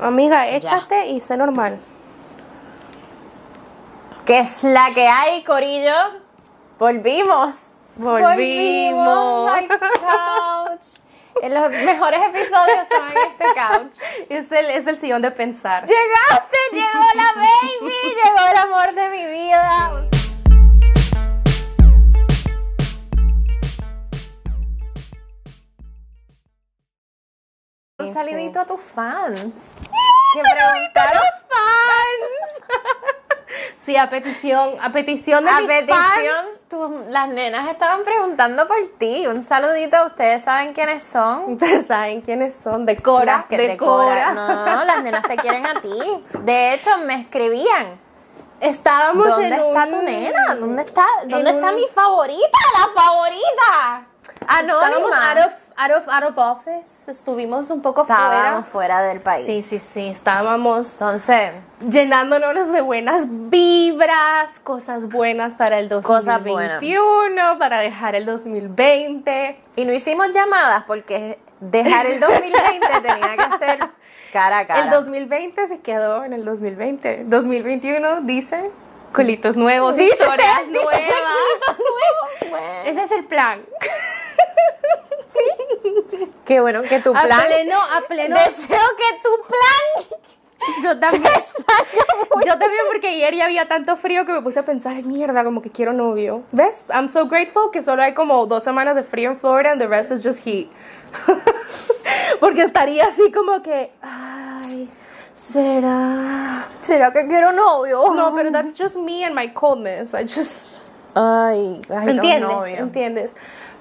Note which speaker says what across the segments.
Speaker 1: Amiga, échate y sé normal.
Speaker 2: ¿Qué es la que hay, Corillo? Volvimos.
Speaker 1: Volvimos.
Speaker 2: al couch. En los mejores episodios son en este couch.
Speaker 1: Es el, es el sillón de pensar.
Speaker 2: Llegaste, llegó la baby, llegó el amor de mi vida. Un salidito a tus fans. Que preguntaron
Speaker 1: Sí, a petición, a petición de
Speaker 2: a
Speaker 1: mis
Speaker 2: petición,
Speaker 1: fans.
Speaker 2: tus- las nenas estaban preguntando por ti. Un saludito, ustedes saben quiénes son.
Speaker 1: Ustedes saben quiénes son. Decora,
Speaker 2: Las que te
Speaker 1: decora.
Speaker 2: cobran. No, las nenas te quieren a ti. De hecho, me escribían.
Speaker 1: Estábamos
Speaker 2: ¿Dónde
Speaker 1: en
Speaker 2: está
Speaker 1: un-
Speaker 2: tu nena? ¿Dónde está, dónde
Speaker 1: en
Speaker 2: está
Speaker 1: un-
Speaker 2: mi favorita? ¡La favorita!
Speaker 1: Estábamos
Speaker 2: Anónima.
Speaker 1: out of, out of, out of office. Estuvimos un poco
Speaker 2: Estábamos
Speaker 1: fuera.
Speaker 2: fuera del país.
Speaker 1: Sí, sí, sí. Estábamos
Speaker 2: Entonces,
Speaker 1: llenándonos de buenas vibras, cosas buenas para el 2021,
Speaker 2: Cosas buenas.
Speaker 1: para dejar el 2020.
Speaker 2: y no hicimos llamadas porque dejar el 2020 tenía que ser cara a cara.
Speaker 1: El 2020 se quedó en el 2020. 2021 dice colitos nuevos,
Speaker 2: Dícese,
Speaker 1: historias
Speaker 2: dícese,
Speaker 1: nuevas.
Speaker 2: culitos nuevos. Bueno.
Speaker 1: Ese es el plan.
Speaker 2: Qué bueno que tu
Speaker 1: A
Speaker 2: plan.
Speaker 1: pleno, a pleno.
Speaker 2: Deseo que tu plan
Speaker 1: Yo también.
Speaker 2: salga muy
Speaker 1: Yo también porque ayer ya había tanto frío que me puse a pensar, "Ay, mierda, como que quiero novio. ¿Ves? I'm so grateful que solo hay como dos semanas de frío en Florida and the rest is just heat. porque estaría así como que, ay, será.
Speaker 2: ¿Será que quiero novio?
Speaker 1: No, pero that's just me and my coldness. I just
Speaker 2: Ay, ay,
Speaker 1: ¿Entiendes?
Speaker 2: los novios.
Speaker 1: ¿Entiendes?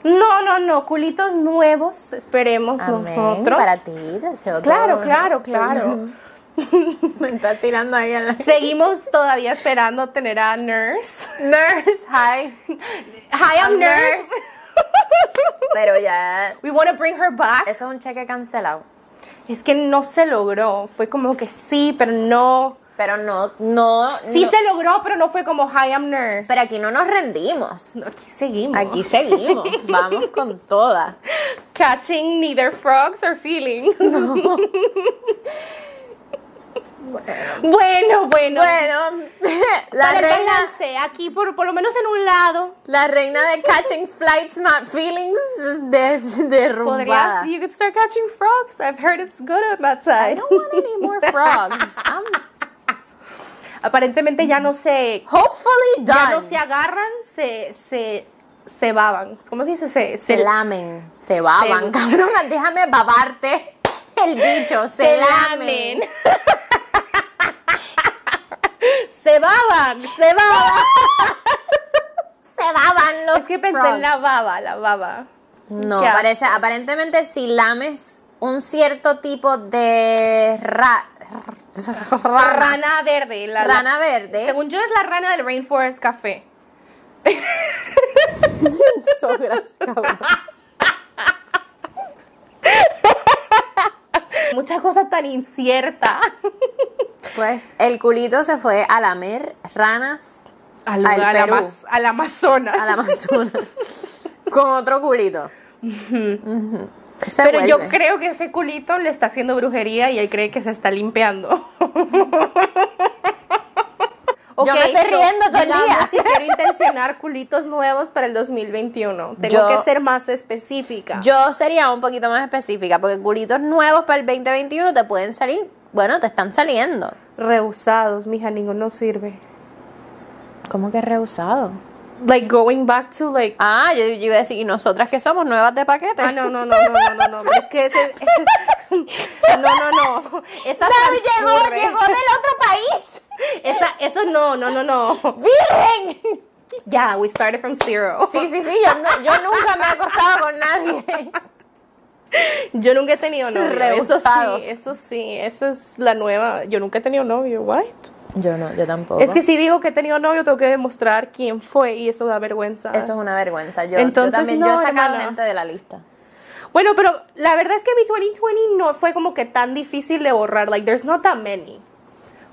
Speaker 1: No, no, no, culitos nuevos, esperemos
Speaker 2: Amén,
Speaker 1: nosotros.
Speaker 2: Para ti, deseo
Speaker 1: Claro,
Speaker 2: todo.
Speaker 1: claro, claro.
Speaker 2: Me está tirando ahí en la.
Speaker 1: Seguimos todavía esperando tener a Nurse.
Speaker 2: Nurse, hi.
Speaker 1: Hi, I'm,
Speaker 2: I'm
Speaker 1: Nurse.
Speaker 2: Nurse. Pero ya.
Speaker 1: We want to bring her back.
Speaker 2: Eso es un cheque cancelado.
Speaker 1: Es que no se logró. Fue como que sí, pero no.
Speaker 2: Pero no, no.
Speaker 1: Sí
Speaker 2: no-
Speaker 1: se logró, pero no fue como Hi, I'm Nurse.
Speaker 2: Pero aquí no nos rendimos.
Speaker 1: No, aquí seguimos.
Speaker 2: Aquí seguimos. Vamos con toda.
Speaker 1: Catching neither frogs or feeling. bueno, bueno.
Speaker 2: Bueno, la
Speaker 1: Para el
Speaker 2: reina.
Speaker 1: balance, aquí por, por lo menos en un lado.
Speaker 2: La reina de catching flights, not feelings, des derrumbada.
Speaker 1: Podrías, you could start catching frogs. I've heard it's good on that side.
Speaker 2: I don't want any more frogs. I'm
Speaker 1: Aparentemente ya no se,
Speaker 2: hopefully
Speaker 1: ya
Speaker 2: done.
Speaker 1: no se agarran, se, se, se baban. ¿Cómo se dice? Se, se,
Speaker 2: se lamen, se baban,
Speaker 1: Se-
Speaker 2: cabrona, déjame babarte el bicho, se,
Speaker 1: se
Speaker 2: lamen.
Speaker 1: lamen. se baban, se baban.
Speaker 2: Se baban los
Speaker 1: Es que pensé
Speaker 2: frogs.
Speaker 1: en la baba, la baba.
Speaker 2: No,
Speaker 1: Qué asco.
Speaker 2: parece, aparentemente si lames un cierto tipo de ra-
Speaker 1: La
Speaker 2: rana,
Speaker 1: rana verde. La, la-
Speaker 2: rana verde.
Speaker 1: según yo es la rana del Rainforest Café.
Speaker 2: Sogras, cabrón.
Speaker 1: Mucha cosa tan incierta.
Speaker 2: Pues el culito se fue a lamer ranas
Speaker 1: Al,
Speaker 2: Al
Speaker 1: lugar, al
Speaker 2: Perú.
Speaker 1: Amaz- al Amazonas.
Speaker 2: al Amazonas con otro culito. Ujú. Se
Speaker 1: Pero yo
Speaker 2: vuelve.
Speaker 1: creo que ese culito le está haciendo brujería y él cree que se está limpiando.
Speaker 2: Yo me estoy riendo todo el
Speaker 1: digamos
Speaker 2: día.
Speaker 1: que quiero intencionar culitos nuevos para el 2021. Tengo
Speaker 2: Yo-
Speaker 1: que ser más específica.
Speaker 2: Yo sería un poquito más específica, porque culitos nuevos para el 2021 te pueden salir. Bueno, te están saliendo.
Speaker 1: Rehusados, mija, ninguno sirve.
Speaker 2: ¿Cómo que rehusado?
Speaker 1: Like going back to like.
Speaker 2: Ah, yo, yo iba a decir, ¿y nosotras que somos nuevas de paquete?
Speaker 1: Ah, no, no, no, no, no, no, no. Es que ese. No, no, no. Esa
Speaker 2: Claro, llegó,
Speaker 1: transcurre.
Speaker 2: llegó del otro país.
Speaker 1: Esa, eso no, no, no, no.
Speaker 2: ¡Virgen!
Speaker 1: Ya, we started from zero.
Speaker 2: Sí, sí, sí, yo, no- yo nunca me he acostado con nadie.
Speaker 1: Yo nunca he tenido novio.
Speaker 2: Rehusado.
Speaker 1: Eso sí, eso sí, eso es la nueva. Yo nunca he tenido novio, what?
Speaker 2: Yo no, yo tampoco.
Speaker 1: Es que si digo que he tenido novio, tengo que demostrar quién fue y eso da vergüenza.
Speaker 2: Eso es una vergüenza. Yo, yo
Speaker 1: Entonces,
Speaker 2: también
Speaker 1: no,
Speaker 2: yo he sacado
Speaker 1: hermana.
Speaker 2: gente de la lista.
Speaker 1: Bueno, pero la verdad es que mi 2020 no fue como que tan difícil de borrar. Like, there's not that many.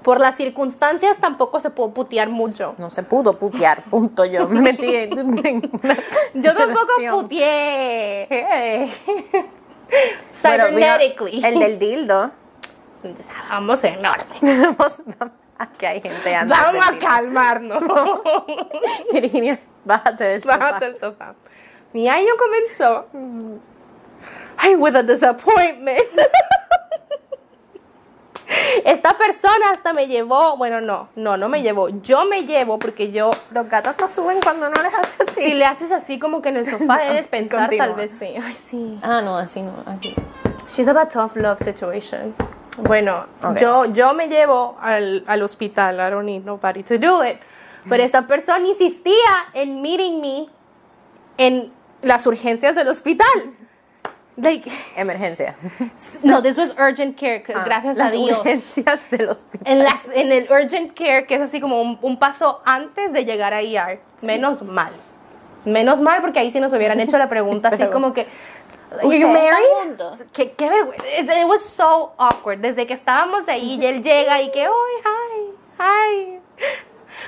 Speaker 1: Por las circunstancias tampoco se pudo putear mucho.
Speaker 2: No se pudo putear, punto. Yo me metí en, en una
Speaker 1: Yo tampoco
Speaker 2: relación.
Speaker 1: puteé.
Speaker 2: Bueno, mira,
Speaker 1: Cybernetically.
Speaker 2: el del dildo.
Speaker 1: Vamos en orden.
Speaker 2: Vamos, vamos. Aquí hay gente antes
Speaker 1: Vamos
Speaker 2: de
Speaker 1: a
Speaker 2: ti.
Speaker 1: calmarnos.
Speaker 2: Virginia, bájate del
Speaker 1: Bájate
Speaker 2: sofá.
Speaker 1: el sofá. Mi año comenzó. Ay, with a disappointment. Esta persona hasta me llevó. Bueno, no, no, no me llevó. Yo me llevo porque yo.
Speaker 2: Los gatos no suben cuando no les haces así.
Speaker 1: Si le haces así como que en el sofá debes pensar, tal
Speaker 2: Continúa.
Speaker 1: vez sí. Ay, sí.
Speaker 2: Ah, no, así no, aquí.
Speaker 1: She's a tough love situation. Bueno,
Speaker 2: Ok.
Speaker 1: yo, yo me llevo al, al hospital. I don't need nobody to do it. Pero esta persona insistía en meeting me en las urgencias del hospital. Like,
Speaker 2: Emergencia.
Speaker 1: no, this was urgent care, que
Speaker 2: Ah,
Speaker 1: gracias a
Speaker 2: las
Speaker 1: Dios.
Speaker 2: urgencias del hospital.
Speaker 1: En, las, en el urgent care, que es así como un, un paso antes de llegar a ER. Menos mal. Menos mal, porque ahí sí nos hubieran hecho la pregunta así
Speaker 2: Pero-
Speaker 1: como que. ¿Are
Speaker 2: ¿Ustedes
Speaker 1: you
Speaker 2: están
Speaker 1: married?
Speaker 2: juntos?
Speaker 1: Qué, qué vergüenza. It, it was so awkward. Desde que estábamos ahí y él llega y que, ¡ay, hi! ¡Hi!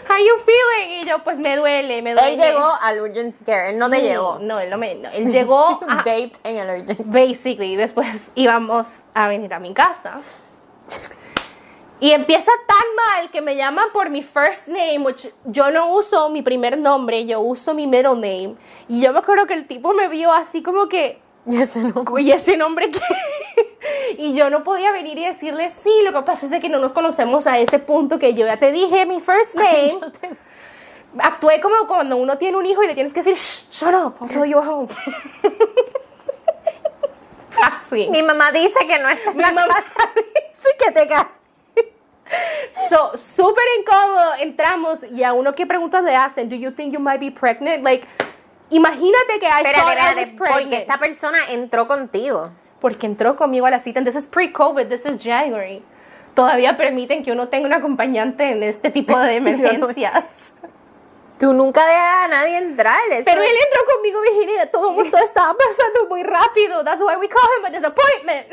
Speaker 1: How you feeling? Y yo, pues me duele, me duele.
Speaker 2: Él llegó al urgent care, él no te
Speaker 1: Sí,
Speaker 2: llegó.
Speaker 1: No, él no me. no, él llegó a-
Speaker 2: Date en el urgent
Speaker 1: basically, después íbamos a venir a mi casa. Y empieza tan mal que me llaman por mi first name, which yo no uso mi primer nombre, yo uso mi middle name. Y yo me acuerdo que el tipo me vio así como que,
Speaker 2: Y ese no.
Speaker 1: ¿y ese nombre qué? Y yo no podía venir y decirle, sí, lo que pasa es de que no nos conocemos a ese punto que yo ya te dije mi first name.
Speaker 2: Yo te-
Speaker 1: Actué como cuando uno tiene un hijo y le tienes que decir, shh, shut up, I'll tell you at home. Así.
Speaker 2: Mi mamá dice que no es
Speaker 1: Mi mamá
Speaker 2: dice que te cae.
Speaker 1: So, súper incómodo, entramos y a uno que preguntas le hacen, do you think you might be pregnant? Like, imagínate que I
Speaker 2: Espérate,
Speaker 1: thought I
Speaker 2: espérate,
Speaker 1: was
Speaker 2: porque
Speaker 1: pregnant.
Speaker 2: esta persona entró contigo.
Speaker 1: Porque entró conmigo a la cita, and this is pre-COVID, this is January. Todavía permiten que uno tenga un acompañante en este tipo de
Speaker 2: Yo no-
Speaker 1: emergencias.
Speaker 2: Tú nunca dejas a nadie entrar. eso-
Speaker 1: Pero él entró conmigo, Virginia, todo el mundo estaba pasando muy rápido. That's why we call him a disappointment.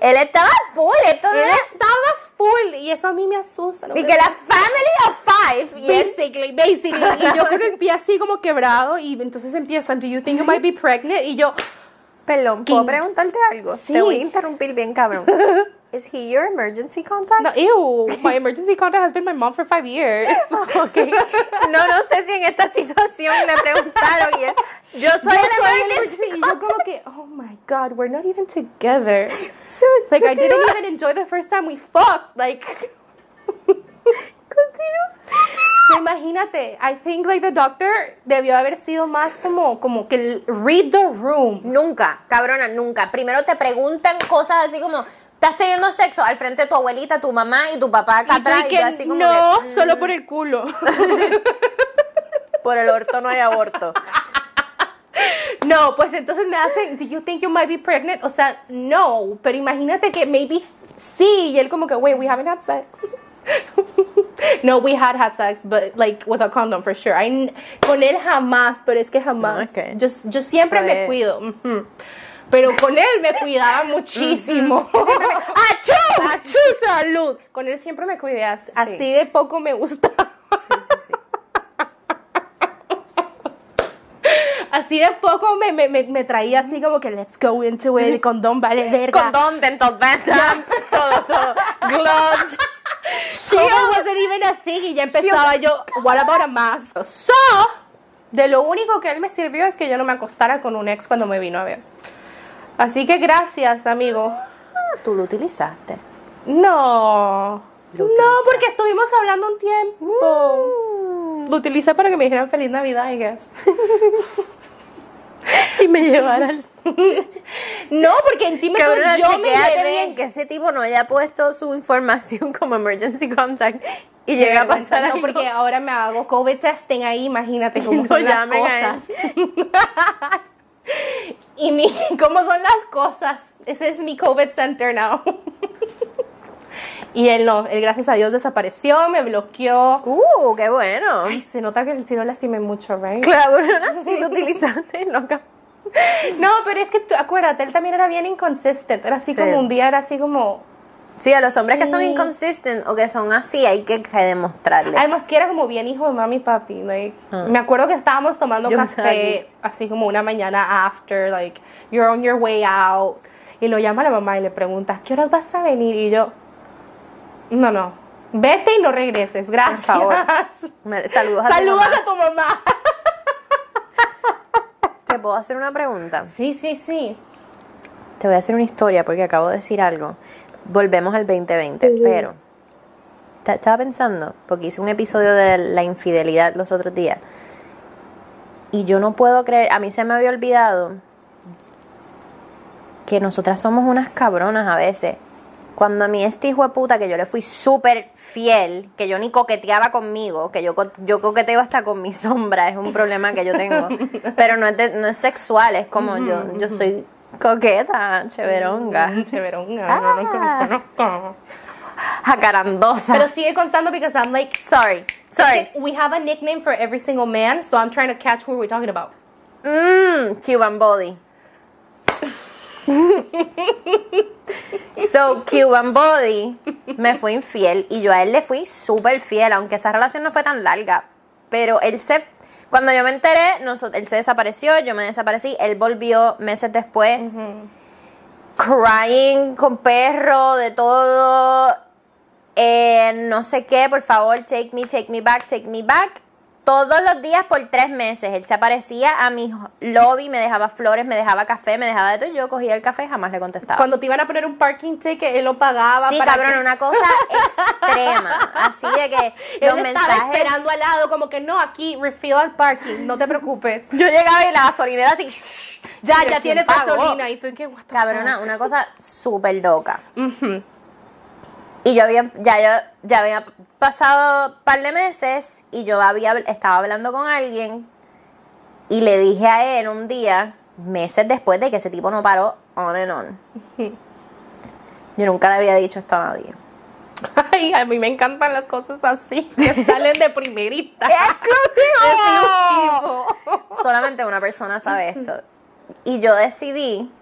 Speaker 2: él estaba full, esto no
Speaker 1: Él
Speaker 2: era...
Speaker 1: estaba full y eso a mí me asusta. no
Speaker 2: Y
Speaker 1: me
Speaker 2: que la family of five. Y él-
Speaker 1: Basically, basically. Y yo con el pie así como quebrado y entonces empiezan, do you think you might be pregnant? Y yo,
Speaker 2: Perdón,
Speaker 1: Quin-
Speaker 2: ¿puedo preguntarte algo?
Speaker 1: Sí.
Speaker 2: Te voy a interrumpir bien, cabrón. ¿Is he your emergency contact?
Speaker 1: no, ew, my emergency contact has been my mom for five years.
Speaker 2: Ok. No, no sé si en esta situación le preguntaron y él, yo
Speaker 1: Yo
Speaker 2: soy el
Speaker 1: soy el
Speaker 2: emergency
Speaker 1: emergency- y yo
Speaker 2: contact.
Speaker 1: como que, oh my god, we're not even together.
Speaker 2: Se me-
Speaker 1: Like, I didn't
Speaker 2: continúa,
Speaker 1: even enjoy the first time we fucked. Like,
Speaker 2: continúa.
Speaker 1: so imagínate, I think like the doctor debió haber sido más como, como que el- read the room.
Speaker 2: Nunca, cabrona, nunca. Primero te preguntan cosas así como, ¿estás teniendo sexo al frente de tu abuelita, tu mamá y tu papá acá
Speaker 1: Y tú y
Speaker 2: atrás? Y
Speaker 1: que,
Speaker 2: yo así como
Speaker 1: no,
Speaker 2: que, mm,
Speaker 1: solo por el culo.
Speaker 2: por el orto no hay aborto.
Speaker 1: No, pues entonces me hacen, do you think you might be pregnant? O sea, no, pero imagínate que maybe sí, y él como que, wait, we haven't had sex. no, we had had sex, but like with a condom for sure. I n- con él jamás, pero es que jamás.
Speaker 2: No, ok.
Speaker 1: yo, yo siempre
Speaker 2: Fue-
Speaker 1: me cuido. ujú. Pero con él me cuidaba muchísimo.
Speaker 2: ¡Achú!
Speaker 1: ¡Achú, salud! Con él siempre me cuidé, as- así de poco me gustaba. Así de poco me, me, me, me traía así como que let's go into it, el condón vale verga.
Speaker 2: Condón, dental dam, todo, todo. Gloves.
Speaker 1: COVID wasn't even a thing y ya empezaba yo, what about a mask? So, de lo único que él me sirvió es que yo no me acostara con un ex cuando me vino a ver. Así que gracias, amigo.
Speaker 2: Tú lo utilizaste.
Speaker 1: No.
Speaker 2: Lo
Speaker 1: no,
Speaker 2: utiliza. Uh.
Speaker 1: porque estuvimos hablando un tiempo. Lo utilicé para que me dijeran feliz Navidad, I guess.
Speaker 2: Y me llevaron.
Speaker 1: No, porque encima
Speaker 2: Cabrona,
Speaker 1: yo me
Speaker 2: chequéate
Speaker 1: llevé.
Speaker 2: bien que ese tipo no haya puesto su información como emergency contact y llega a pasar
Speaker 1: no,
Speaker 2: algo.
Speaker 1: porque ahora me hago COVID testing ahí, imagínate cómo
Speaker 2: No
Speaker 1: son las
Speaker 2: llamen a él.
Speaker 1: cosas. y mi, cómo son las cosas. Ese es mi COVID center now. y él no, él gracias a Dios desapareció, me bloqueó.
Speaker 2: Uh, qué bueno.
Speaker 1: Ay, se nota que si no lastimé mucho, right?
Speaker 2: Cabrona, si lo utilizaste, no ca-
Speaker 1: No, pero es que tú, acuérdate, él también era bien inconsistente. Era así
Speaker 2: Sí.
Speaker 1: como un día, era así como.
Speaker 2: Sí, a los hombres que son
Speaker 1: Sí.
Speaker 2: inconsistentes o que son así hay que, que demostrarles.
Speaker 1: Además que era como bien hijo de mami y papi. like, Me acuerdo que estábamos tomando
Speaker 2: Ah. Yo
Speaker 1: café,
Speaker 2: pensaba que-
Speaker 1: así como una mañana after, like, you're on your way out. Y Y lo llama la mamá y le pregunta, ¿qué horas vas a venir? Y yo, no, no, vete y no regreses, gracias.
Speaker 2: favor. Me- saludos a tu
Speaker 1: Saludos
Speaker 2: mamá.
Speaker 1: a tu mamá.
Speaker 2: Te puedo hacer una pregunta.
Speaker 1: Sí, sí, sí.
Speaker 2: Te voy a hacer una historia porque acabo de decir algo. Volvemos al 2020, pero ta- estaba pensando, porque hice un episodio de la infidelidad los otros días, y yo no puedo creer, a mí se me había olvidado que nosotras somos unas cabronas a veces. Cuando a mí este hijo de puta, que yo le fui súper fiel, que yo ni coqueteaba conmigo, que yo, co- yo coqueteo hasta con mi sombra, es un problema que yo tengo. Pero no es, de- no es sexual, es como yo, yo soy coqueta, cheveronga,
Speaker 1: Cheveronga, no, no,
Speaker 2: Ah.
Speaker 1: no, no, no.
Speaker 2: jacarandosa.
Speaker 1: Pero sigue contando because I'm like,
Speaker 2: sorry, sorry.
Speaker 1: we have a nickname for every single man, so I'm trying to catch who we're talking about.
Speaker 2: Mmm, Cuban body. so, Cuban body me fue infiel y yo a él le fui súper fiel, aunque esa relación no fue tan larga. Pero él se. Cuando yo me enteré, noso- él se desapareció, yo me desaparecí, él volvió meses después. Crying con perro, de todo. eh, no sé qué, por favor, take me, take me back, take me back. Todos los días por tres meses. Él se aparecía a mi lobby, me dejaba flores, me dejaba café, me dejaba de todo. Yo cogía el café y jamás le contestaba.
Speaker 1: Cuando te iban a poner un parking ticket, él lo pagaba.
Speaker 2: Sí,
Speaker 1: para
Speaker 2: cabrón,
Speaker 1: que-
Speaker 2: una cosa extrema. Así de que los
Speaker 1: Él estaba
Speaker 2: mensajes.
Speaker 1: esperando al lado, como que no, aquí refill al parking, no te preocupes.
Speaker 2: Yo llegaba y la gasolinera así.
Speaker 1: Ya,
Speaker 2: Pero
Speaker 1: ya
Speaker 2: ¿quién
Speaker 1: tienes
Speaker 2: pagó?
Speaker 1: gasolina. Y tú, ¿qué? What the
Speaker 2: Cabrona, una cosa súper loca.
Speaker 1: fuck? Ujú.
Speaker 2: Y yo había, ya, yo, ya había pasado un par de meses y yo había, estaba hablando con alguien y le dije a él un día, meses después de que ese tipo no paró, on and on. Yo nunca le había dicho esto a nadie.
Speaker 1: Ay, a mí me encantan las cosas así, que salen de primerita.
Speaker 2: ¡Exclusivo! Solamente una persona sabe esto. Y yo decidí,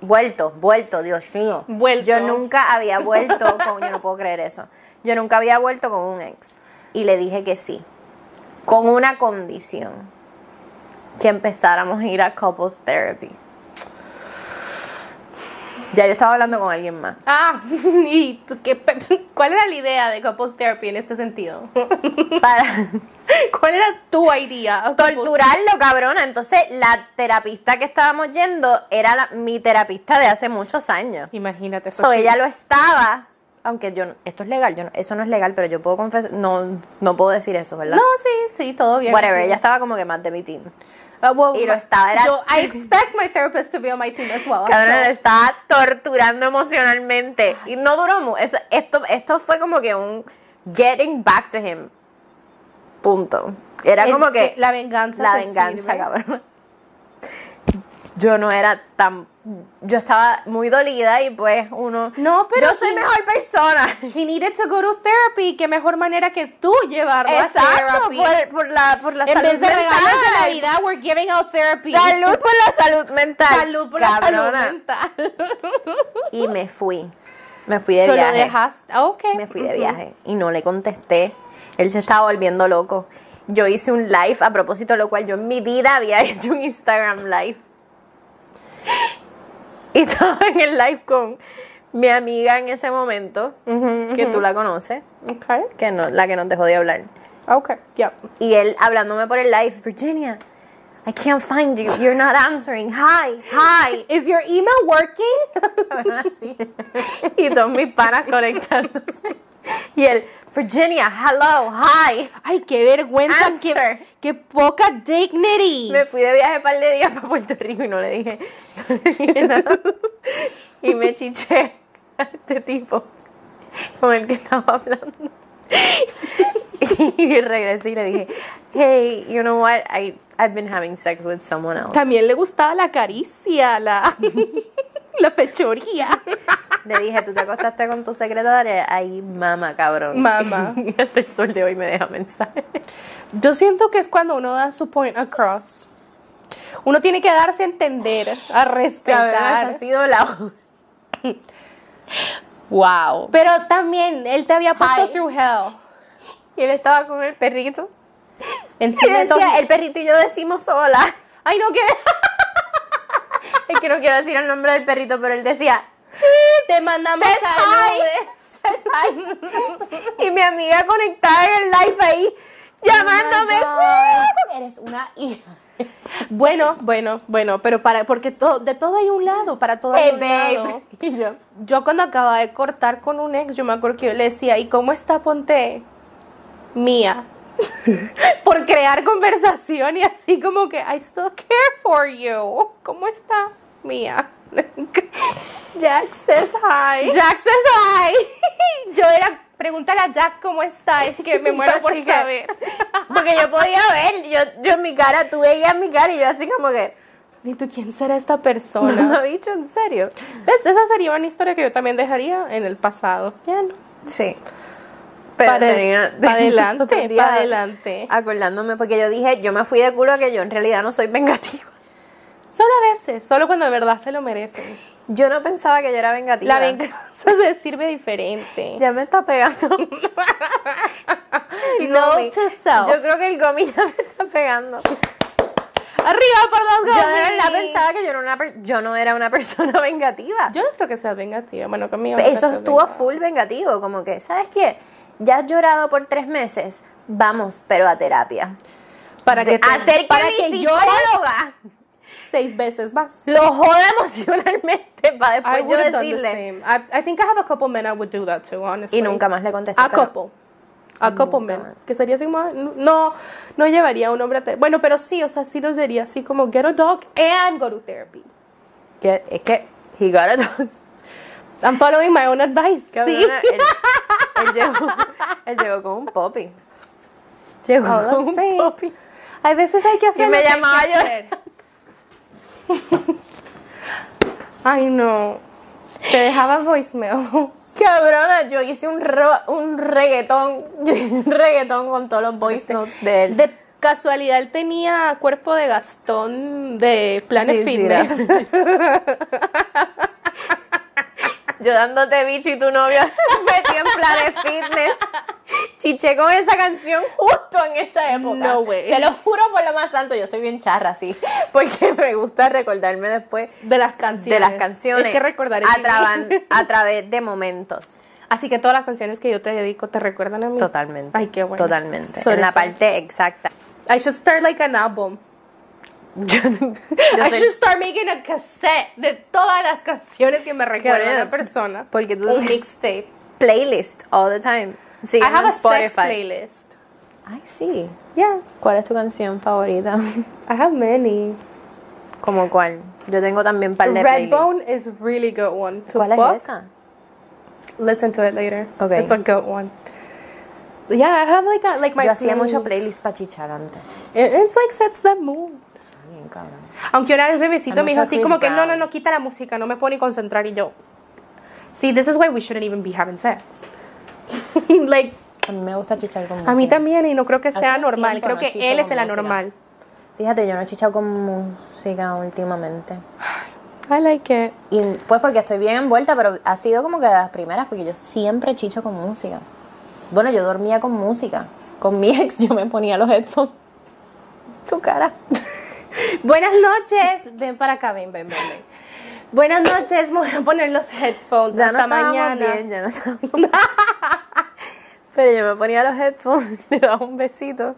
Speaker 2: vuelto, vuelto, Dios mío.
Speaker 1: Vuelto.
Speaker 2: Yo nunca había vuelto con, yo no puedo creer eso. Yo nunca había vuelto con un ex. Y le dije que sí. Con una condición. Que empezáramos a ir a couples therapy. Ya yo estaba hablando con alguien más.
Speaker 1: Ah, ¿y tú qué pe- cuál era la idea de couples therapy en este sentido?
Speaker 2: Para,
Speaker 1: ¿Cuál era tu idea? of couples-
Speaker 2: torturarlo, cabrona. Entonces, la terapista que estábamos yendo era la- mi terapista de hace muchos años.
Speaker 1: Imagínate. eso
Speaker 2: So,
Speaker 1: sí.
Speaker 2: ella lo estaba, aunque yo, no- esto es legal, yo no- eso no es legal, pero yo puedo confesar, no, no puedo decir eso, ¿verdad?
Speaker 1: No, sí, sí, todo bien.
Speaker 2: Whatever, ella estaba como que más de mi team.
Speaker 1: Ah, well,
Speaker 2: y lo estaba, era-
Speaker 1: yo- I expect my therapist to be on my team as well.
Speaker 2: Cabrona,
Speaker 1: so-
Speaker 2: la estaba torturando emocionalmente. Y no duró mucho. Esto, esto fue como que un getting back to him. Punto. Era
Speaker 1: El-
Speaker 2: como que.
Speaker 1: la venganza
Speaker 2: La
Speaker 1: te
Speaker 2: venganza,
Speaker 1: sirve.
Speaker 2: cabrón. Yo no era tan. Yo estaba muy dolida y pues uno.
Speaker 1: No, pero
Speaker 2: Yo soy
Speaker 1: y-
Speaker 2: mejor persona.
Speaker 1: He needed to go to therapy. Qué mejor manera que tú llevarlo a
Speaker 2: Exacto,
Speaker 1: therapy.
Speaker 2: por, por la, por la
Speaker 1: en
Speaker 2: salud
Speaker 1: vez de
Speaker 2: mental.
Speaker 1: regalos de Navidad, we're giving out therapy.
Speaker 2: Salud por la salud mental.
Speaker 1: Salud por la salud
Speaker 2: cabrona.
Speaker 1: mental.
Speaker 2: Y me fui. Me fui de
Speaker 1: Solo
Speaker 2: viaje.
Speaker 1: dejaste. ah, Ok.
Speaker 2: Me fui de viaje y no le contesté. Él se estaba volviendo loco. Yo hice un live a propósito, lo cual yo en mi vida había hecho un Instagram live. Y estaba en el live con mi amiga en ese momento, que tú la conoces,
Speaker 1: Ok.
Speaker 2: que no, la que nos dejó de hablar.
Speaker 1: Ok. Yep.
Speaker 2: Y él hablándome por el live, Virginia, I can't find you, you're not answering, hi, hi.
Speaker 1: Is your email working?
Speaker 2: Así. Y todos mis panas conectándose. Y él, Virginia, hello, hi.
Speaker 1: Ay, qué vergüenza.
Speaker 2: Answer.
Speaker 1: Qué, qué poca dignity.
Speaker 2: Me fui de viaje un par de días para Puerto Rico y no le dije, no le dije nada. Y me chiché a este tipo con el que estaba hablando. Y regresé y le dije, hey, you know what? I, I've been having sex with someone else.
Speaker 1: También le gustaba la caricia, la, la fechoría.
Speaker 2: Le dije, tú te acostaste con tu secretaria. Ay, mamá, cabrón.
Speaker 1: Mamá.
Speaker 2: Y hasta el sol de hoy me deja mensaje.
Speaker 1: Yo siento que es cuando uno da su point across. Uno tiene que darse a entender, a
Speaker 2: Cabrón, esa
Speaker 1: respetar.
Speaker 2: ha sido la... wow.
Speaker 1: Pero también, él te había puesto
Speaker 2: Hi.
Speaker 1: through hell.
Speaker 2: Y él estaba con el perrito. Y
Speaker 1: Encima de todo-
Speaker 2: decía, el perrito y yo decimos hola.
Speaker 1: Ay, no, que...
Speaker 2: Es que no quiero decir el nombre del perrito, pero él decía.
Speaker 1: Te mandamos
Speaker 2: Says
Speaker 1: saludos.
Speaker 2: Y mi amiga conectada en el live ahí, llamándome.
Speaker 1: God.
Speaker 2: Eres una hija.
Speaker 1: Bueno, bueno, bueno, pero para porque to- de todo hay un lado, para todo hay
Speaker 2: Hey,
Speaker 1: un lado.
Speaker 2: babe. Y yo.
Speaker 1: Yo cuando acababa de cortar con un ex, yo me acuerdo que yo le decía, ¿y cómo está Ponte? Mía. Por crear conversación y así como que, I still care for you. ¿Cómo está? Mía.
Speaker 2: Jack says hi.
Speaker 1: Jack says hi. Yo era, pregúntale a Jack cómo está, es que me muero
Speaker 2: Yo
Speaker 1: por
Speaker 2: así que-
Speaker 1: saber.
Speaker 2: Porque yo podía ver, yo, yo en mi cara, tú veías mi cara y yo así como que.
Speaker 1: ¿Y tú quién será esta
Speaker 2: No
Speaker 1: persona?
Speaker 2: lo he dicho en serio.
Speaker 1: ¿Ves? Esa sería una historia que yo también dejaría en el pasado. Ya no.
Speaker 2: Sí. Pero
Speaker 1: Para-
Speaker 2: tenía-
Speaker 1: para adelante,
Speaker 2: otro día
Speaker 1: para adelante.
Speaker 2: Acordándome, porque yo dije, yo me fui de culo que yo en realidad no soy vengativa.
Speaker 1: Solo a veces, solo cuando de verdad se lo merecen.
Speaker 2: Yo no pensaba que yo era vengativa.
Speaker 1: La venganza se sirve diferente.
Speaker 2: Ya me está pegando. el
Speaker 1: No
Speaker 2: gomi.
Speaker 1: to self.
Speaker 2: Yo creo que el gomi ya me está pegando.
Speaker 1: Arriba por los
Speaker 2: Yo
Speaker 1: gomis.
Speaker 2: de verdad pensaba que yo, era una per- yo no era una persona vengativa.
Speaker 1: Yo no creo que seas vengativa. Bueno, conmigo. nunca
Speaker 2: Eso
Speaker 1: seas
Speaker 2: estuvo
Speaker 1: vengativa.
Speaker 2: full vengativo, como que, ¿sabes qué? Ya has llorado por tres meses, vamos, pero a terapia.
Speaker 1: Para que, te-
Speaker 2: hacer que,
Speaker 1: para
Speaker 2: mi
Speaker 1: que llores
Speaker 2: psicóloga
Speaker 1: seis veces más.
Speaker 2: lo joda emocionalmente para
Speaker 1: I
Speaker 2: después
Speaker 1: would
Speaker 2: yo
Speaker 1: have done the
Speaker 2: decirle.
Speaker 1: same. I, I think I have a couple men I would do that to, honestly.
Speaker 2: Y nunca más le contesté.
Speaker 1: A
Speaker 2: pero-
Speaker 1: couple. A couple men. Que sería así como. No, no llevaría a un hombre a terapia. Bueno, pero sí, o sea, sí los diría así como get a dog and go to therapy.
Speaker 2: Que- es que, he got a dog.
Speaker 1: I'm following my own advice. Sí.
Speaker 2: Cabrona, él, él llegó, él llegó con un poppy. Llegó
Speaker 1: Ahora
Speaker 2: con un
Speaker 1: sí.
Speaker 2: poppy.
Speaker 1: A veces hay que hacer.
Speaker 2: Y me
Speaker 1: lo que hay que
Speaker 2: llamaba yo.
Speaker 1: hacer. Ay, no. Te dejaba voicemails.
Speaker 2: Cabrona, yo hice un, ro- un reggaetón. Yo hice un reggaetón con todos los
Speaker 1: Este,
Speaker 2: voice notes de él.
Speaker 1: De casualidad, él tenía cuerpo de Gastón de Planet
Speaker 2: Sí, sí,
Speaker 1: Fitness.
Speaker 2: Yo dándote bicho y tu novio metí en planes fitness. Chiché con esa canción justo en esa época.
Speaker 1: No way.
Speaker 2: Te lo juro por lo más santo, yo soy bien charra, sí. Porque me gusta recordarme después
Speaker 1: de las canciones.
Speaker 2: de las canciones.
Speaker 1: Es que recordar es
Speaker 2: a,
Speaker 1: vivir.
Speaker 2: traban- a través de momentos.
Speaker 1: Así que todas las canciones que yo te dedico te recuerdan a mí.
Speaker 2: Totalmente.
Speaker 1: Ay, qué bueno.
Speaker 2: Totalmente.
Speaker 1: Sobre
Speaker 2: en la
Speaker 1: todo.
Speaker 2: parte exacta.
Speaker 1: I should start like an album.
Speaker 2: Yo,
Speaker 1: I
Speaker 2: yo soy-
Speaker 1: should start making a cassette de todas las canciones que me recuerdan a
Speaker 2: bueno.
Speaker 1: una persona.
Speaker 2: Porque tú-
Speaker 1: un mixtape.
Speaker 2: playlist all the time. Sí,
Speaker 1: I have a
Speaker 2: Spotify.
Speaker 1: sex playlist.
Speaker 2: Ay, sí.
Speaker 1: Yeah,
Speaker 2: ¿Cuál es tu canción favorita?
Speaker 1: I have many.
Speaker 2: ¿Como cuál? Yo tengo también par de playlists.
Speaker 1: Redbone is really good one. To
Speaker 2: ¿Cuál
Speaker 1: fuck,
Speaker 2: es esa?
Speaker 1: Listen to it later.
Speaker 2: Okay.
Speaker 1: It's a good one. Yeah, I have like a, like my
Speaker 2: Yo hacía mucho
Speaker 1: playlist.
Speaker 2: playlist para chichar antes.
Speaker 1: It- It's like sets the mood.
Speaker 2: Sí, bien cabrón.
Speaker 1: Aunque una vez bebecito
Speaker 2: Hay
Speaker 1: me dijo
Speaker 2: mucho
Speaker 1: así
Speaker 2: Chris
Speaker 1: como que no,
Speaker 2: Brown.
Speaker 1: no, no, quita la música, no me puedo ni concentrar y yo. See, this is why we shouldn't even be having sex. like,
Speaker 2: A mí me gusta chichar con música.
Speaker 1: a mí también y no creo que sea
Speaker 2: Hace
Speaker 1: normal,
Speaker 2: tiempo
Speaker 1: creo
Speaker 2: no
Speaker 1: que
Speaker 2: chicho
Speaker 1: él es el
Speaker 2: con música.
Speaker 1: anormal.
Speaker 2: Fíjate, yo no he chichado con música últimamente.
Speaker 1: I like it.
Speaker 2: Y pues porque estoy bien envuelta, pero ha sido como que de las primeras, porque yo siempre chicho con música. Bueno, yo dormía con música. Con mi ex yo me ponía los headphones. Tu cara.
Speaker 1: Buenas noches, ven para acá, ven, ven, ven. ven. Buenas noches, me voy a poner los headphones hasta mañana.
Speaker 2: ya no Pero yo me ponía los headphones, le daba un besito.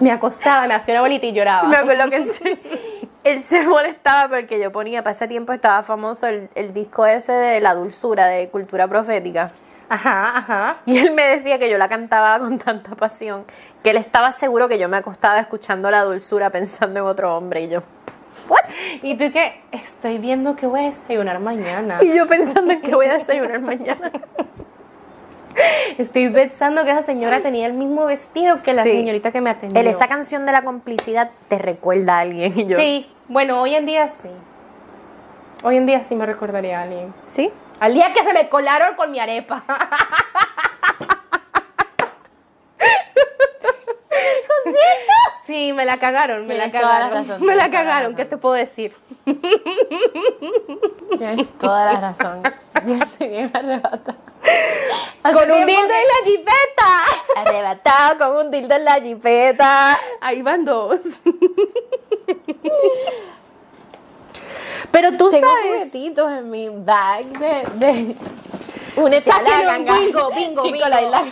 Speaker 1: Me acostaba, me hacía una bolita y lloraba.
Speaker 2: Me acuerdo que él se, él se molestaba porque yo ponía, para ese tiempo estaba famoso el, el disco ese de La Dulzura, de Cultura Profética.
Speaker 1: Ajá, ajá.
Speaker 2: Y él me decía que yo la cantaba con tanta pasión, que él estaba seguro que yo me acostaba escuchando La Dulzura pensando en otro hombre y yo. ¿What?
Speaker 1: Y tú que estoy viendo que voy a desayunar mañana.
Speaker 2: Y yo pensando en que voy a desayunar mañana.
Speaker 1: Estoy pensando que esa señora tenía el mismo vestido que la
Speaker 2: Sí.
Speaker 1: señorita que me atendió.
Speaker 2: Él, esa canción de la complicidad te recuerda a alguien y yo.
Speaker 1: Sí, bueno, hoy en día sí. Hoy en día sí me recordaría a alguien.
Speaker 2: ¿Sí?
Speaker 1: Al día que se me colaron con mi arepa. Sí, me la cagaron, me la
Speaker 2: Tienes toda la
Speaker 1: cagaron.
Speaker 2: razón,
Speaker 1: me la
Speaker 2: tienes toda la
Speaker 1: cagaron,
Speaker 2: razón.
Speaker 1: ¿qué te puedo decir?
Speaker 2: Tienes toda la razón. Ya estoy bien arrebatada. Hace
Speaker 1: Con un
Speaker 2: tiempo
Speaker 1: dildo en
Speaker 2: que-
Speaker 1: la jipeta.
Speaker 2: Arrebatado con un dildo en la jipeta.
Speaker 1: Ahí van dos. Pero tú
Speaker 2: Tengo
Speaker 1: sabes.
Speaker 2: juguetitos en mi bag de. de... Únete a la
Speaker 1: Sáquenlo en
Speaker 2: ganga.
Speaker 1: bingo, bingo,
Speaker 2: Chico,
Speaker 1: bingo.
Speaker 2: la isla.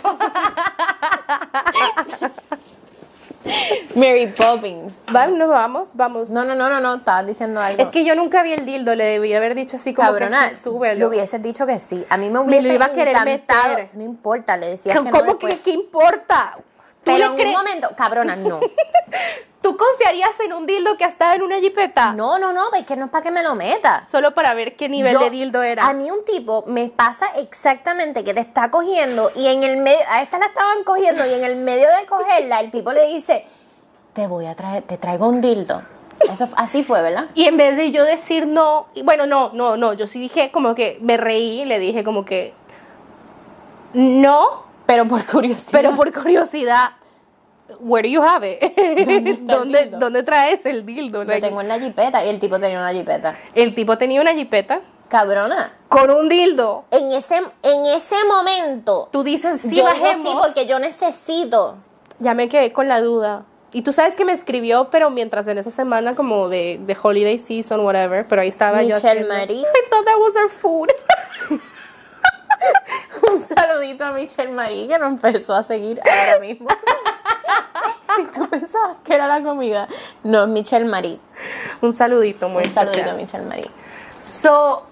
Speaker 2: Mary Poppins.
Speaker 1: Vamos, nos vamos, vamos.
Speaker 2: No, no, no, no, no, estabas diciendo algo.
Speaker 1: Es que yo nunca vi el dildo, le debí haber dicho así como
Speaker 2: cabrona,
Speaker 1: que sí, súbelo.
Speaker 2: le hubieses dicho que sí. A mí me hubiese
Speaker 1: iba a querer
Speaker 2: encantado.
Speaker 1: meter.
Speaker 2: No importa, le decías que
Speaker 1: ¿Cómo
Speaker 2: no
Speaker 1: que
Speaker 2: después.
Speaker 1: qué importa? ¿Tú,
Speaker 2: Pero
Speaker 1: le
Speaker 2: en un
Speaker 1: crees-
Speaker 2: momento, cabrona, no.
Speaker 1: ¿Tú confiarías en un dildo que ha estado en una jipeta?
Speaker 2: No, no, no, es que no es para que me lo metas.
Speaker 1: Solo para ver qué nivel
Speaker 2: Yo-
Speaker 1: de dildo era.
Speaker 2: A mí un tipo me pasa exactamente que te está cogiendo y en el medio, a esta la estaban cogiendo y en el medio de cogerla el tipo le dice, te voy a traer, te traigo un dildo. Eso, fu- así fue, ¿verdad?
Speaker 1: Y en vez de yo decir no, y bueno, no, no, no, yo sí dije como que me reí y le dije como que no,
Speaker 2: Pero por curiosidad.
Speaker 1: pero por curiosidad, where do you have it?
Speaker 2: ¿Dónde está el
Speaker 1: ¿Dónde,
Speaker 2: dildo?
Speaker 1: dónde traes el dildo?
Speaker 2: Lo
Speaker 1: Like,
Speaker 2: tengo en la jipeta y el tipo tenía una jipeta.
Speaker 1: El tipo tenía una jipeta
Speaker 2: Cabrona.
Speaker 1: con un dildo.
Speaker 2: En ese, en ese momento,
Speaker 1: Tú dices, sí,
Speaker 2: yo digo sí pues,
Speaker 1: bajemos.
Speaker 2: porque yo necesito.
Speaker 1: Ya me quedé con la duda. Y tú sabes que me escribió, pero mientras en esa semana como de, de holiday season, whatever, pero ahí estaba yo
Speaker 2: Michelle
Speaker 1: haciendo-
Speaker 2: Marie.
Speaker 1: I thought that was our food.
Speaker 2: Un saludito a Michelle Marie que nos empezó a seguir ahora mismo. y tú pensabas que era la comida. No, es Michelle Marie.
Speaker 1: Un saludito muy
Speaker 2: Un saludito a
Speaker 1: especial.
Speaker 2: Michelle Marie.
Speaker 1: So,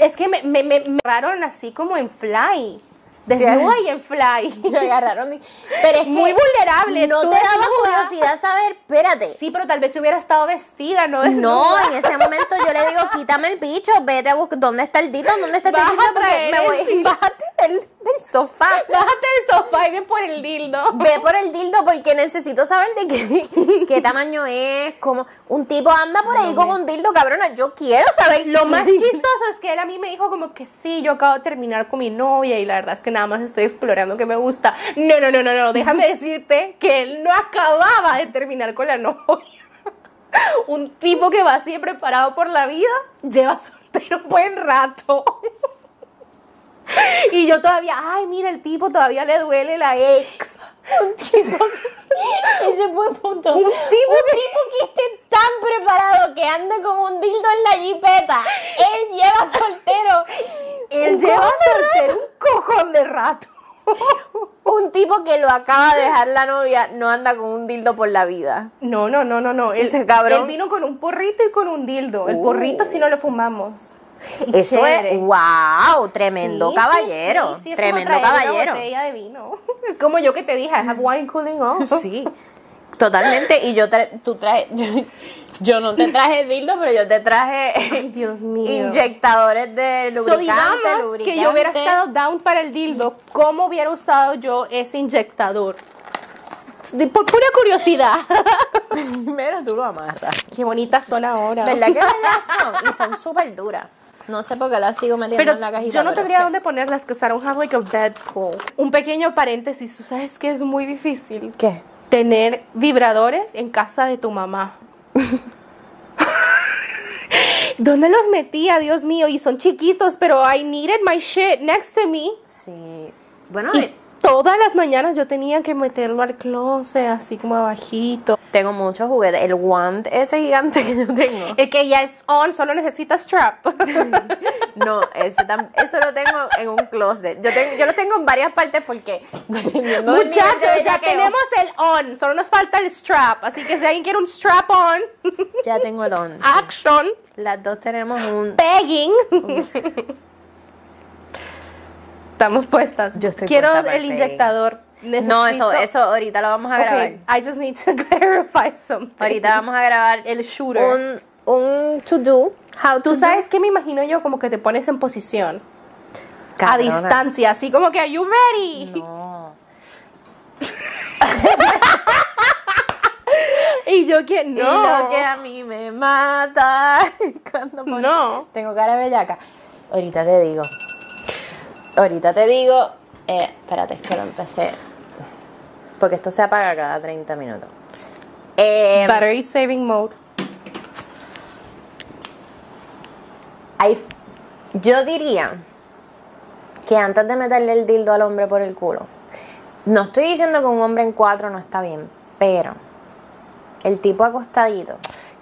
Speaker 1: es que me, me, me, me agarraron así como en fly. Desnuda y en fly.
Speaker 2: Te agarraron. y- Pero es que
Speaker 1: Muy vulnerable,
Speaker 2: No
Speaker 1: tú
Speaker 2: te daba
Speaker 1: desnuda.
Speaker 2: curiosidad saber, espérate.
Speaker 1: Sí, pero tal vez hubiera estado vestida, ¿no?
Speaker 2: No,
Speaker 1: desnuda.
Speaker 2: en ese momento yo le digo, quítame el bicho, vete a buscar dónde está el dito, dónde está el
Speaker 1: Vas a
Speaker 2: dito, porque
Speaker 1: traer
Speaker 2: me voy.
Speaker 1: el dildo.
Speaker 2: Bájate del, del sofá.
Speaker 1: Bájate del sofá y ve por el dildo.
Speaker 2: Ve por el dildo porque necesito saber de qué, qué tamaño es, cómo... Un tipo anda por ahí con un dildo, cabrona, yo quiero saber
Speaker 1: Lo
Speaker 2: qué
Speaker 1: más
Speaker 2: dildo.
Speaker 1: chistoso es que él a mí me dijo como que sí, yo acabo de terminar con mi novia y la verdad es que nada más estoy explorando que me gusta. No, no, no, no, no, déjame decirte que él no acababa de terminar con la novia. Un tipo que va así preparado por la vida lleva soltero un buen rato. Y yo todavía, ay, mira, el tipo todavía le duele la ex.
Speaker 2: Un tipo que- Ese fue el punto.
Speaker 1: Un tipo
Speaker 2: Un tipo que esté tan preparado que anda con un dildo en la jipeta. Él lleva soltero.
Speaker 1: Él
Speaker 2: Un
Speaker 1: lleva
Speaker 2: cojón de
Speaker 1: soltero un cojón de rato.
Speaker 2: Un tipo que lo acaba de dejar la novia no anda con un dildo por la vida.
Speaker 1: No, no, no, no, no. Él,
Speaker 2: Ese cabrón.
Speaker 1: él vino con un porrito y con un dildo. El
Speaker 2: Uh.
Speaker 1: porrito si no lo fumamos. Y
Speaker 2: Eso
Speaker 1: chévere.
Speaker 2: es, wow,
Speaker 1: Sí,
Speaker 2: tremendo
Speaker 1: sí,
Speaker 2: caballero,
Speaker 1: sí, sí, es como
Speaker 2: tremendo
Speaker 1: traer Una
Speaker 2: caballero.
Speaker 1: botella de vino. Es como yo que te dije, I have wine cooling off.
Speaker 2: Sí, totalmente. Y yo tra- tú traje, yo, yo no te traje dildo, pero yo te
Speaker 1: Ay,
Speaker 2: traje
Speaker 1: Dios mío.
Speaker 2: inyectadores de
Speaker 1: So,
Speaker 2: lubricante,
Speaker 1: digamos
Speaker 2: lubricante.
Speaker 1: que yo hubiera estado down para el dildo, ¿cómo hubiera usado yo ese inyectador? De- por pura curiosidad.
Speaker 2: Primero tú lo amarras.
Speaker 1: Qué bonitas son ahora.
Speaker 2: ¿Verdad que bellas son? Y son súper duras. No sé por qué las sigo metiendo
Speaker 1: Pero
Speaker 2: en la cajita.
Speaker 1: yo no
Speaker 2: pero
Speaker 1: tendría
Speaker 2: es
Speaker 1: dónde ponerlas, que usaron have like a Deadpool. Un pequeño paréntesis, tú sabes que es muy difícil
Speaker 2: que- ¿Qué?
Speaker 1: tener vibradores en casa de tu mamá. ¿Dónde los metía, Dios mío? Y son chiquitos, pero I needed my shit next to me.
Speaker 2: Sí. Bueno, eh,
Speaker 1: Y todas las mañanas yo tenía que meterlo al closet, así como abajito.
Speaker 2: tengo muchos juguetes. El wand ese gigante que yo tengo.
Speaker 1: El que ya es on, solo necesitas strap.
Speaker 2: No, ese tam- eso lo tengo en un closet. Yo, tengo, yo lo tengo en varias partes porque dependiendo del nivel de
Speaker 1: Muchachos, ya
Speaker 2: bellaqueo-
Speaker 1: tenemos el on, solo nos falta el strap. Así que si alguien quiere un strap on,
Speaker 2: Ya tengo el on.
Speaker 1: Ah. action,
Speaker 2: Las dos tenemos un.
Speaker 1: pegging. Estamos puestas.
Speaker 2: Yo estoy
Speaker 1: Quiero
Speaker 2: puesta para
Speaker 1: el
Speaker 2: el
Speaker 1: inyectador.
Speaker 2: No, eso,
Speaker 1: Necesito-
Speaker 2: eso ahorita lo vamos a grabar.
Speaker 1: Ok, I just need to clarify something.
Speaker 2: Ahorita vamos a grabar
Speaker 1: El shooter.
Speaker 2: un, un to do. How to
Speaker 1: Tú
Speaker 2: do.
Speaker 1: sabes que me imagino yo como que te pones en posición a
Speaker 2: Cabrona.
Speaker 1: distancia, así como que are you ready?
Speaker 2: No.
Speaker 1: Y yo que no.
Speaker 2: Y lo que a mí me mata. Cuando pone-
Speaker 1: No.
Speaker 2: Tengo cara de bellaca. Ahorita te digo. Ahorita te digo. Eh, espérate, es que lo empecé. Porque esto se apaga cada 30 minutos. Eh,
Speaker 1: Em, Battery saving mode.
Speaker 2: I f- yo diría que antes de meterle el dildo al hombre por el culo, no estoy diciendo que un hombre en cuatro no está bien, pero el tipo acostadito.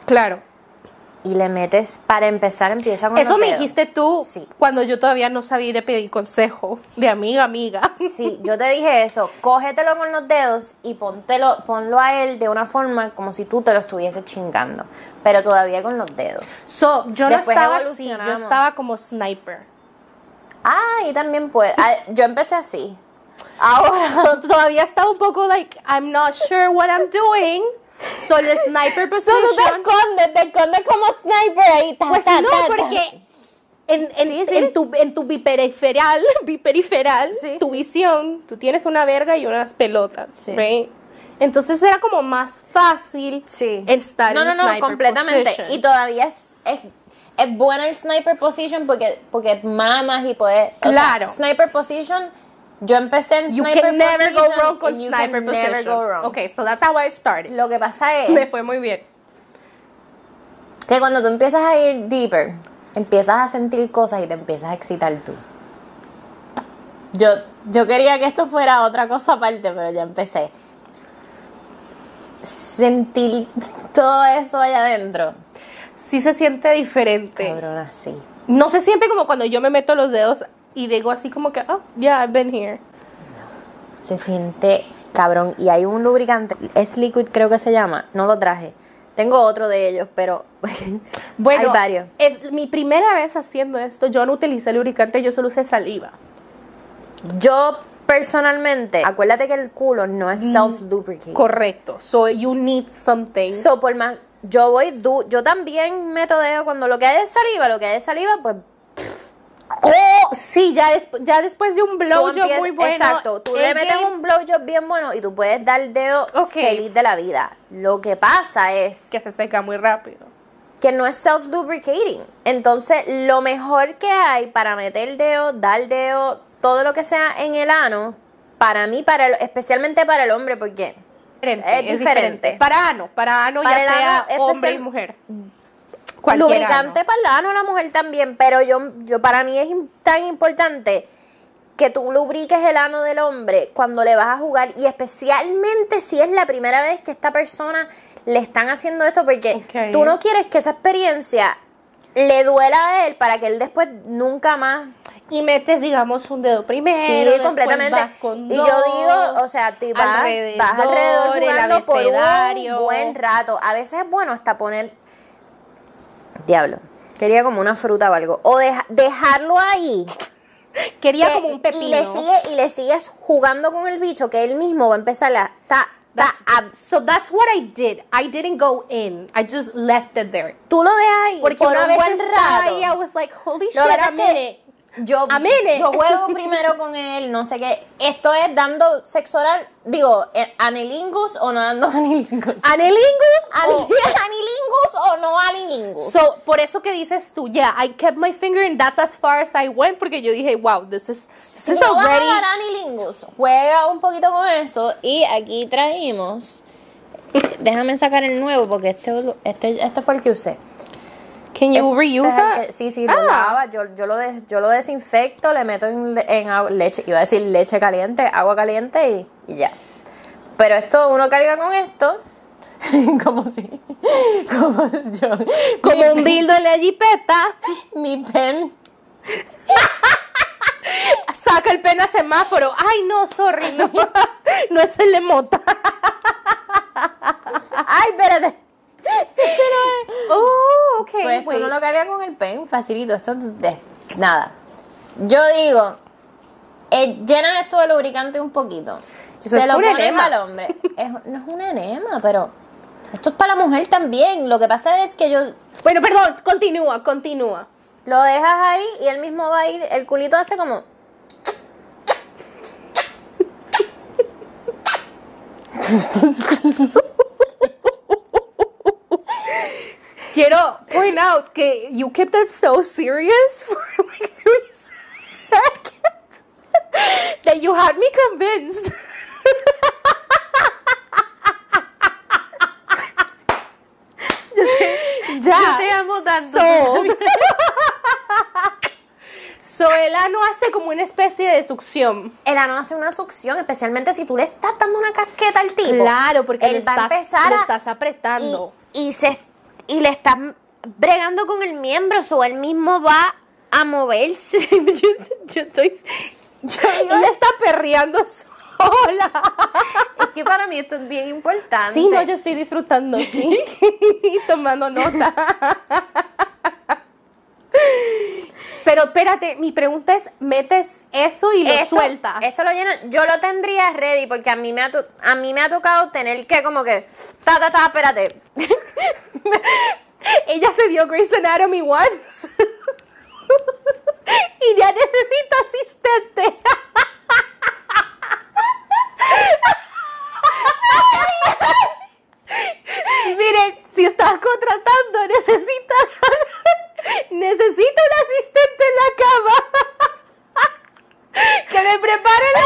Speaker 1: Claro.
Speaker 2: y le metes, para empezar, empieza con
Speaker 1: Eso
Speaker 2: los
Speaker 1: me
Speaker 2: dedos.
Speaker 1: dijiste tú
Speaker 2: Sí.
Speaker 1: cuando yo todavía no sabía de pedir consejo de amiga, amiga.
Speaker 2: Sí, yo te dije eso, cógetelo con los dedos y póntelo, ponlo a él de una forma como si tú te lo estuviese chingando, pero todavía con los dedos.
Speaker 1: So, yo no
Speaker 2: Después
Speaker 1: estaba así, yo
Speaker 2: evolucionamos.
Speaker 1: estaba como sniper.
Speaker 2: Ah, y también puede, ah, yo empecé así. Ahora,
Speaker 1: So, todavía estaba un poco like, I'm not sure what I'm doing. So, el sniper
Speaker 2: So, tú te
Speaker 1: position.
Speaker 2: escondes, te escondes como sniper ahí. ta,
Speaker 1: Pues
Speaker 2: ta,
Speaker 1: no,
Speaker 2: ta, ta.
Speaker 1: porque en, en,
Speaker 2: Sí, sí.
Speaker 1: en tu, en tu biperiferal, biperiferal,
Speaker 2: Sí,
Speaker 1: tu
Speaker 2: sí.
Speaker 1: visión, tú tienes una verga y unas pelotas,
Speaker 2: Sí.
Speaker 1: right? Entonces era como más fácil
Speaker 2: Sí.
Speaker 1: estar
Speaker 2: No,
Speaker 1: en
Speaker 2: no, no,
Speaker 1: sniper
Speaker 2: completamente.
Speaker 1: position.
Speaker 2: Y todavía es, es, es buena el sniper position porque, porque mamas y poder. o sea,
Speaker 1: Claro.
Speaker 2: sniper position, yo empecé en
Speaker 1: You
Speaker 2: sniper
Speaker 1: can never
Speaker 2: position.
Speaker 1: go wrong con
Speaker 2: and you
Speaker 1: sniper
Speaker 2: can
Speaker 1: position.
Speaker 2: never go wrong.
Speaker 1: Okay, so that's how I started.
Speaker 2: Lo que pasa es
Speaker 1: Me fue muy bien.
Speaker 2: que cuando tú empiezas a ir deeper, empiezas a sentir cosas y te empiezas a excitar tú. Yo, yo quería que esto fuera otra cosa aparte, pero ya empecé. Sentir todo eso allá adentro.
Speaker 1: Sí se siente diferente.
Speaker 2: Cabrona, sí.
Speaker 1: No se siente como cuando yo me meto los dedos y digo así como que, oh, yeah, I've been here.
Speaker 2: Se siente cabrón. Y hay un lubricante, es liquid creo que se llama, no lo traje. Tengo otro de ellos, pero
Speaker 1: Bueno,
Speaker 2: hay varios.
Speaker 1: es mi primera vez haciendo esto. Yo no utilicé lubricante, yo solo usé saliva.
Speaker 2: Yo personalmente, acuérdate que el culo no es self-lubricating.
Speaker 1: Correcto. So you need something.
Speaker 2: So, por más, yo voy, du- yo también meto dedo cuando lo que hay es saliva, lo que hay es saliva, pues...
Speaker 1: oh, sí, ya, desp- ya después de un
Speaker 2: tú
Speaker 1: blowjob
Speaker 2: empiezas-
Speaker 1: muy bueno.
Speaker 2: Exacto, tú le
Speaker 1: el
Speaker 2: metes
Speaker 1: game-
Speaker 2: un blowjob bien bueno y tú puedes dar dedo
Speaker 1: Ok.
Speaker 2: feliz de la vida. Lo que pasa es
Speaker 1: que se seca muy rápido.
Speaker 2: que no es self-lubricating. Entonces, lo mejor que hay para meter dedo, dar dedo, todo lo que sea en el ano, para mí, para el- especialmente para el hombre, porque
Speaker 1: Diferente,
Speaker 2: Es diferente.
Speaker 1: Para ano, para ano
Speaker 2: Para
Speaker 1: ya
Speaker 2: el ano este
Speaker 1: sea
Speaker 2: es
Speaker 1: hombre
Speaker 2: especial-
Speaker 1: y mujer. Cualquier
Speaker 2: lubricante
Speaker 1: ano.
Speaker 2: para el ano la mujer también, pero yo, yo para mí es im- tan importante que tú lubriques el ano del hombre cuando le vas a jugar y especialmente si es la primera vez que esta persona le están haciendo esto porque
Speaker 1: Ok.
Speaker 2: tú no quieres que esa experiencia le duela a él para que él después nunca más
Speaker 1: Y metes, digamos, un dedo primero.
Speaker 2: Sí,
Speaker 1: después
Speaker 2: completamente.
Speaker 1: vas con
Speaker 2: y yo
Speaker 1: dos,
Speaker 2: digo, o sea, te vas alrededor, vas alrededor
Speaker 1: alrededor, el
Speaker 2: jugando por un
Speaker 1: abecedario.
Speaker 2: buen rato. A veces es bueno hasta poner. Diablo. Quería como una fruta o algo. O deja- dejarlo ahí.
Speaker 1: Quería
Speaker 2: que-
Speaker 1: como un pepino.
Speaker 2: Y le, sigue, y le sigues jugando con el bicho que él mismo va a empezar a. Ta, ta, a-
Speaker 1: So that's what I did. I didn't go in. I just left it there.
Speaker 2: tú lo dejas ahí
Speaker 1: Porque
Speaker 2: por
Speaker 1: una
Speaker 2: un
Speaker 1: vez
Speaker 2: buen
Speaker 1: estaba
Speaker 2: rato.
Speaker 1: ahí, I was like, holy shit,
Speaker 2: Lo verdad
Speaker 1: a
Speaker 2: es que
Speaker 1: minute.
Speaker 2: Yo,
Speaker 1: A minute.
Speaker 2: yo juego primero con él, no sé qué. Esto es dando sexo oral, digo, eh, anilingus o no dando anilingus. Oh.
Speaker 1: Analingus.
Speaker 2: Ani- ¿Anilingus o no anilingus?
Speaker 1: Oh. So, por eso que dices tú, yeah, I kept my finger and that's as far as I went porque yo dije, wow, this is this
Speaker 2: Si
Speaker 1: is
Speaker 2: no vas a jugar
Speaker 1: already
Speaker 2: anilingus, juega un poquito con eso y aquí trajimos... Déjame sacar el nuevo porque este, este, este fue el que usé.
Speaker 1: Can you
Speaker 2: Este es el
Speaker 1: reuse Ah,
Speaker 2: que-
Speaker 1: it?
Speaker 2: sí, sí, lo lava, yo, yo, lo des- yo lo desinfecto, le meto en, le- en agua- leche, iba a decir leche caliente, agua caliente y, y ya. Pero esto, uno carga con esto, como si, como yo,
Speaker 1: Como
Speaker 2: mi,
Speaker 1: un dildo en la jipeta,
Speaker 2: mi pen,
Speaker 1: saca el pena semáforo. Ay, no, sorry, no. no es el lemota.
Speaker 2: ay, espérate.
Speaker 1: Oh, okay.
Speaker 2: Pues tú
Speaker 1: wait.
Speaker 2: no lo cargas con el pen, facilito, esto tú- de- nada. Yo digo, eh, llenas esto de lubricante un poquito.
Speaker 1: Eso
Speaker 2: se
Speaker 1: es
Speaker 2: lo
Speaker 1: un
Speaker 2: pones
Speaker 1: enema.
Speaker 2: al hombre. Es, no es un enema, pero esto es para la mujer también. Lo que pasa es que yo
Speaker 1: Bueno, perdón, continúa, continúa.
Speaker 2: lo dejas ahí y él mismo va a ir, el culito hace como...
Speaker 1: Quiero point out que you kept it so serious for like three seconds that you had me convinced. ya,
Speaker 2: amo tanto.
Speaker 1: sold. so el ano hace como una especie de succión.
Speaker 2: El ano hace una succión, especialmente si tú le estás dando una casqueta al tipo.
Speaker 1: Claro, porque
Speaker 2: él
Speaker 1: lo
Speaker 2: va a
Speaker 1: estás,
Speaker 2: empezar
Speaker 1: lo
Speaker 2: a-
Speaker 1: estás apretando.
Speaker 2: Y, y se y le estás bregando con el miembro, o él mismo va a moverse. yo, yo estoy. yo digo,
Speaker 1: Ella está perreando sola.
Speaker 2: es que para mí esto es bien importante.
Speaker 1: Sí, no, yo estoy disfrutando, sí. Tomando nota. Pero espérate, mi pregunta es, ¿metes eso y lo
Speaker 2: Eso-
Speaker 1: sueltas?
Speaker 2: Eso lo llenan. Yo lo tendría ready porque a mí me ha, to- a mí me ha tocado tener que como que. Ta, ta, ta, espérate.
Speaker 1: Ella se vio Grey's Anatomy once. y ya necesita asistente. Miren, si estás contratando, necesita necesita un asistente en la cama. que le prepare la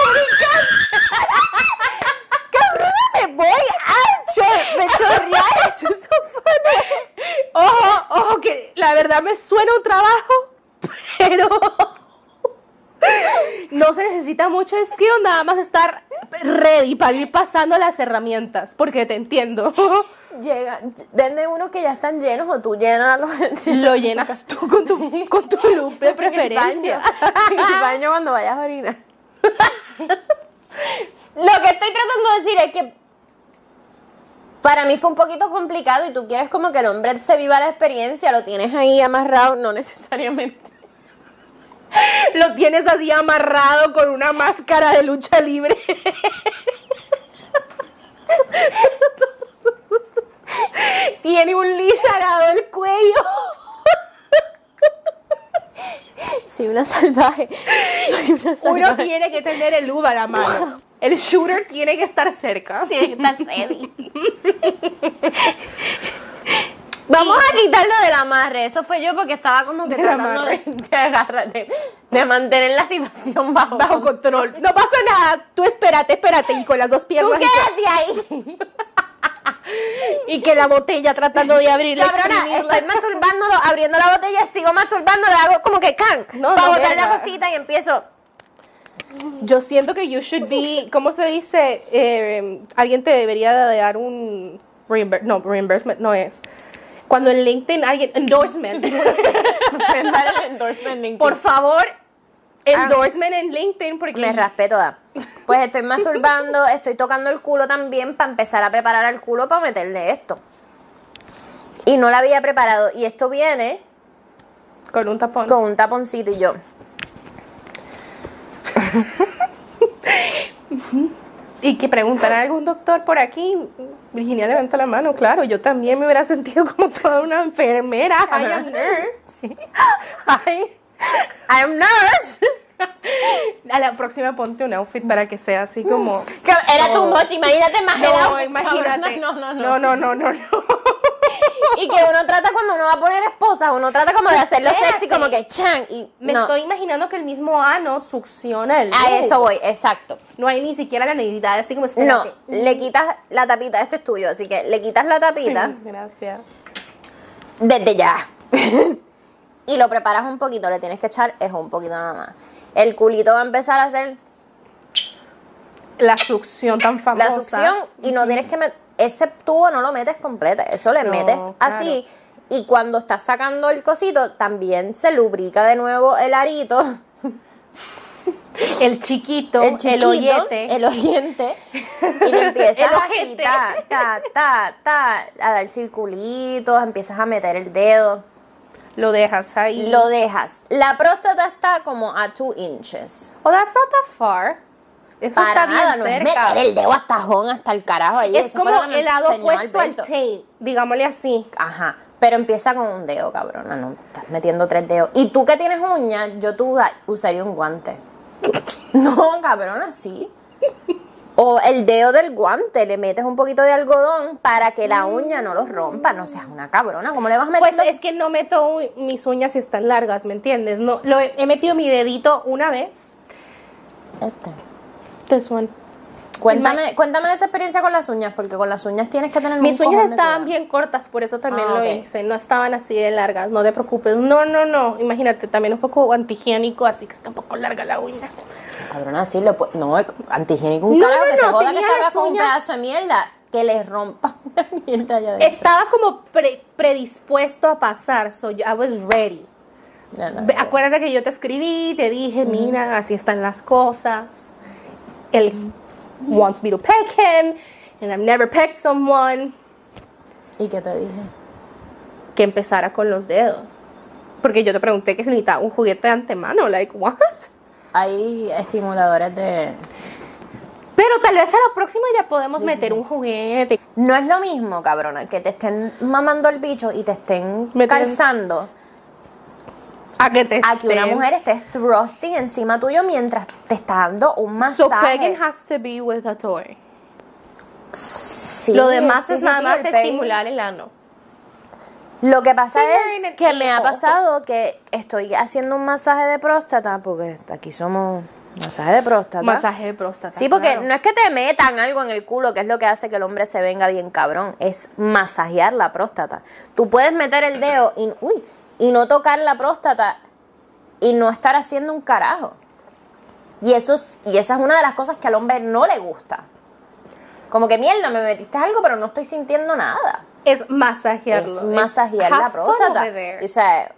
Speaker 2: me voy a cho- me chorrear en tu sofá.
Speaker 1: Ojo, ojo, que la verdad me suena un trabajo, pero no se necesita mucho skill, nada más estar ready para ir pasando las herramientas, porque te entiendo.
Speaker 2: Llega, venden unos que ya están llenos o tú llenas los
Speaker 1: Lo llenas tú con tu, con tu loop de preferencia.
Speaker 2: El baño, El baño cuando vayas a orinar. Lo que estoy tratando de decir es que para mí fue un poquito complicado y tú quieres como que el hombre se viva la experiencia, lo tienes ahí amarrado, no necesariamente.
Speaker 1: Lo tienes así amarrado con una máscara de lucha libre. Tiene un lisarado el cuello.
Speaker 2: Sí, una salvaje. Soy una
Speaker 1: Uno
Speaker 2: salvaje.
Speaker 1: tiene que tener el uva a la mano. El shooter tiene que estar cerca.
Speaker 2: Vamos a quitarlo del amarre. Eso fue yo porque estaba como que
Speaker 1: Del
Speaker 2: tratando de,
Speaker 1: amarre.
Speaker 2: de agarrar- de- de mantener la situación bajo,
Speaker 1: Bajo control. No pasa nada. Tú espérate, espérate. Y con las dos
Speaker 2: Tú
Speaker 1: piernas.
Speaker 2: quédate ahí.
Speaker 1: Y, y que la botella tratando de abrirla.
Speaker 2: Cabrona,
Speaker 1: exprimirla.
Speaker 2: estoy masturbándolo, abriendo la botella, sigo masturbándolo, le hago como que can,
Speaker 1: No,
Speaker 2: para
Speaker 1: no,
Speaker 2: botar la
Speaker 1: verga.
Speaker 2: cosita y empiezo.
Speaker 1: Yo siento que you should be. ¿Cómo se dice? Eh, alguien te debería de dar un. reimburse- no, reimbursement no es. Cuando en LinkedIn alguien. Endorsement. Por favor, endorsement en LinkedIn porque.
Speaker 2: Ah. me raspé toda. Pues estoy masturbando, estoy tocando el culo también para empezar a preparar el culo para meterle esto. Y no la había preparado. Y esto viene
Speaker 1: Con un tapón.
Speaker 2: con un taponcito y yo.
Speaker 1: Y que preguntará algún doctor por aquí. Virginia levanta la mano, claro, yo también me hubiera sentido como toda una enfermera. I am nurse.
Speaker 2: Ay, I'm nervous.
Speaker 1: A la próxima ponte un outfit para que sea así como.
Speaker 2: Era tu
Speaker 1: No.
Speaker 2: mochi, imagínate más el
Speaker 1: No,
Speaker 2: outfit,
Speaker 1: imagínate.
Speaker 2: cabrona. No, no, no.
Speaker 1: no, no, no, no.
Speaker 2: Y que uno trata cuando uno va a poner esposa, uno trata como de hacerlo
Speaker 1: espérate.
Speaker 2: sexy, como que chan. Y
Speaker 1: Me
Speaker 2: no.
Speaker 1: estoy imaginando que el mismo ano succiona el.
Speaker 2: A
Speaker 1: dedo.
Speaker 2: eso voy, exacto.
Speaker 1: No hay ni siquiera la necesidad, así como
Speaker 2: No,
Speaker 1: espérate.
Speaker 2: le quitas la tapita, este es tuyo, así que le quitas la tapita
Speaker 1: Gracias.
Speaker 2: desde ya. y lo preparas un poquito, le tienes que echar, es un poquito nada más. El culito va a empezar a hacer
Speaker 1: La succión tan famosa.
Speaker 2: la succión y no tienes que meter, ese tubo no lo metes completo, eso le
Speaker 1: No,
Speaker 2: metes así. Y cuando estás sacando el cosito, también se lubrica de nuevo el arito.
Speaker 1: El chiquito, el,
Speaker 2: chiquito,
Speaker 1: ollete.
Speaker 2: El oriente. Y le empiezas
Speaker 1: El
Speaker 2: a
Speaker 1: ojete.
Speaker 2: quitar, ta, ta, ta, a dar circulitos, empiezas a meter el dedo.
Speaker 1: Lo dejas ahí.
Speaker 2: Lo dejas. La próstata está como a 2 inches.
Speaker 1: Oh, that's not that far. Eso
Speaker 2: Para
Speaker 1: está bien
Speaker 2: nada, no es
Speaker 1: cerca.
Speaker 2: meter el dedo hasta jón, hasta el carajo ahí.
Speaker 1: es
Speaker 2: Eso fue lo
Speaker 1: como
Speaker 2: que me
Speaker 1: el lado
Speaker 2: enseñó
Speaker 1: opuesto al
Speaker 2: Alberto.
Speaker 1: tape, digámosle así.
Speaker 2: Ajá. Pero empieza con un dedo, cabrona. No, estás metiendo tres dedos. Y tú que tienes uñas, yo tú ga- usaría un guante. No, cabrona, sí. O el dedo del guante, le metes un poquito de algodón para que la uña no los rompa. No seas una cabrona. ¿Cómo le vas a meter?
Speaker 1: Mm. Pues es que no meto u- mis uñas si están largas, ¿me entiendes? No, lo he, he metido mi dedito una vez.
Speaker 2: Este.
Speaker 1: Te suena.
Speaker 2: Cuéntame, cuéntame de esa experiencia con las uñas, porque con las uñas tienes que tener
Speaker 1: Mis
Speaker 2: un cojón
Speaker 1: uñas
Speaker 2: de
Speaker 1: estaban
Speaker 2: cuidado.
Speaker 1: bien cortas, por eso también
Speaker 2: Ah,
Speaker 1: lo
Speaker 2: ok.
Speaker 1: hice. No estaban así de largas, no te preocupes. No, no, no. Imagínate, también un poco antihigiénico, así que está un poco larga la uña.
Speaker 2: Cabrona, sí, lo pu- no, antihigiénico un
Speaker 1: No,
Speaker 2: carajo
Speaker 1: no,
Speaker 2: que se
Speaker 1: no,
Speaker 2: joda que
Speaker 1: tenía
Speaker 2: se haga
Speaker 1: las
Speaker 2: con un
Speaker 1: uñas.
Speaker 2: pedazo de mierda. que les rompa una mierda allá adentro.
Speaker 1: Estaba como pre- predispuesto a pasar, so I was ready.
Speaker 2: Ya la
Speaker 1: Ve-
Speaker 2: verdad.
Speaker 1: Acuérdate que yo te escribí, te dije, mira, así están las cosas. Él wants me to peck him, and I've never pecked someone
Speaker 2: ¿Y qué te dije?
Speaker 1: que empezara con los dedos. Porque yo te pregunté que se necesitaba un juguete de antemano, like, what?
Speaker 2: Hay estimuladores de...
Speaker 1: Pero tal vez a la próxima ya podemos
Speaker 2: Sí, sí,
Speaker 1: meter
Speaker 2: sí.
Speaker 1: un juguete.
Speaker 2: No es lo mismo, cabrona, que te estén mamando el bicho y te estén
Speaker 1: Me tienen-
Speaker 2: calzando
Speaker 1: A que te
Speaker 2: a que una
Speaker 1: estén.
Speaker 2: mujer esté thrusting encima tuyo mientras te está dando un
Speaker 1: So
Speaker 2: masaje.
Speaker 1: pegging has to be with a toy.
Speaker 2: Sí,
Speaker 1: Lo demás
Speaker 2: sí,
Speaker 1: es
Speaker 2: sí,
Speaker 1: nada
Speaker 2: sí,
Speaker 1: más
Speaker 2: el pegging.
Speaker 1: estimular el ano.
Speaker 2: Lo que pasa
Speaker 1: Finger in
Speaker 2: es
Speaker 1: an
Speaker 2: que me ha
Speaker 1: a-hole.
Speaker 2: pasado que estoy haciendo un masaje de próstata, porque aquí somos masaje de próstata.
Speaker 1: Masaje de próstata.
Speaker 2: Sí, porque
Speaker 1: claro.
Speaker 2: no es que te metan algo en el culo, que es lo que hace que el hombre se venga bien cabrón, es masajear la próstata. Tú puedes meter el dedo y, uy, y no tocar la próstata y no estar haciendo un carajo. Y, eso es- y esa es una de las cosas que al hombre no le gusta. Como que mierda, me metiste algo, pero no estoy sintiendo nada.
Speaker 1: Es masajearlo.
Speaker 2: Es
Speaker 1: es
Speaker 2: masajear
Speaker 1: have
Speaker 2: la
Speaker 1: fun
Speaker 2: próstata.
Speaker 1: over there.
Speaker 2: O sea,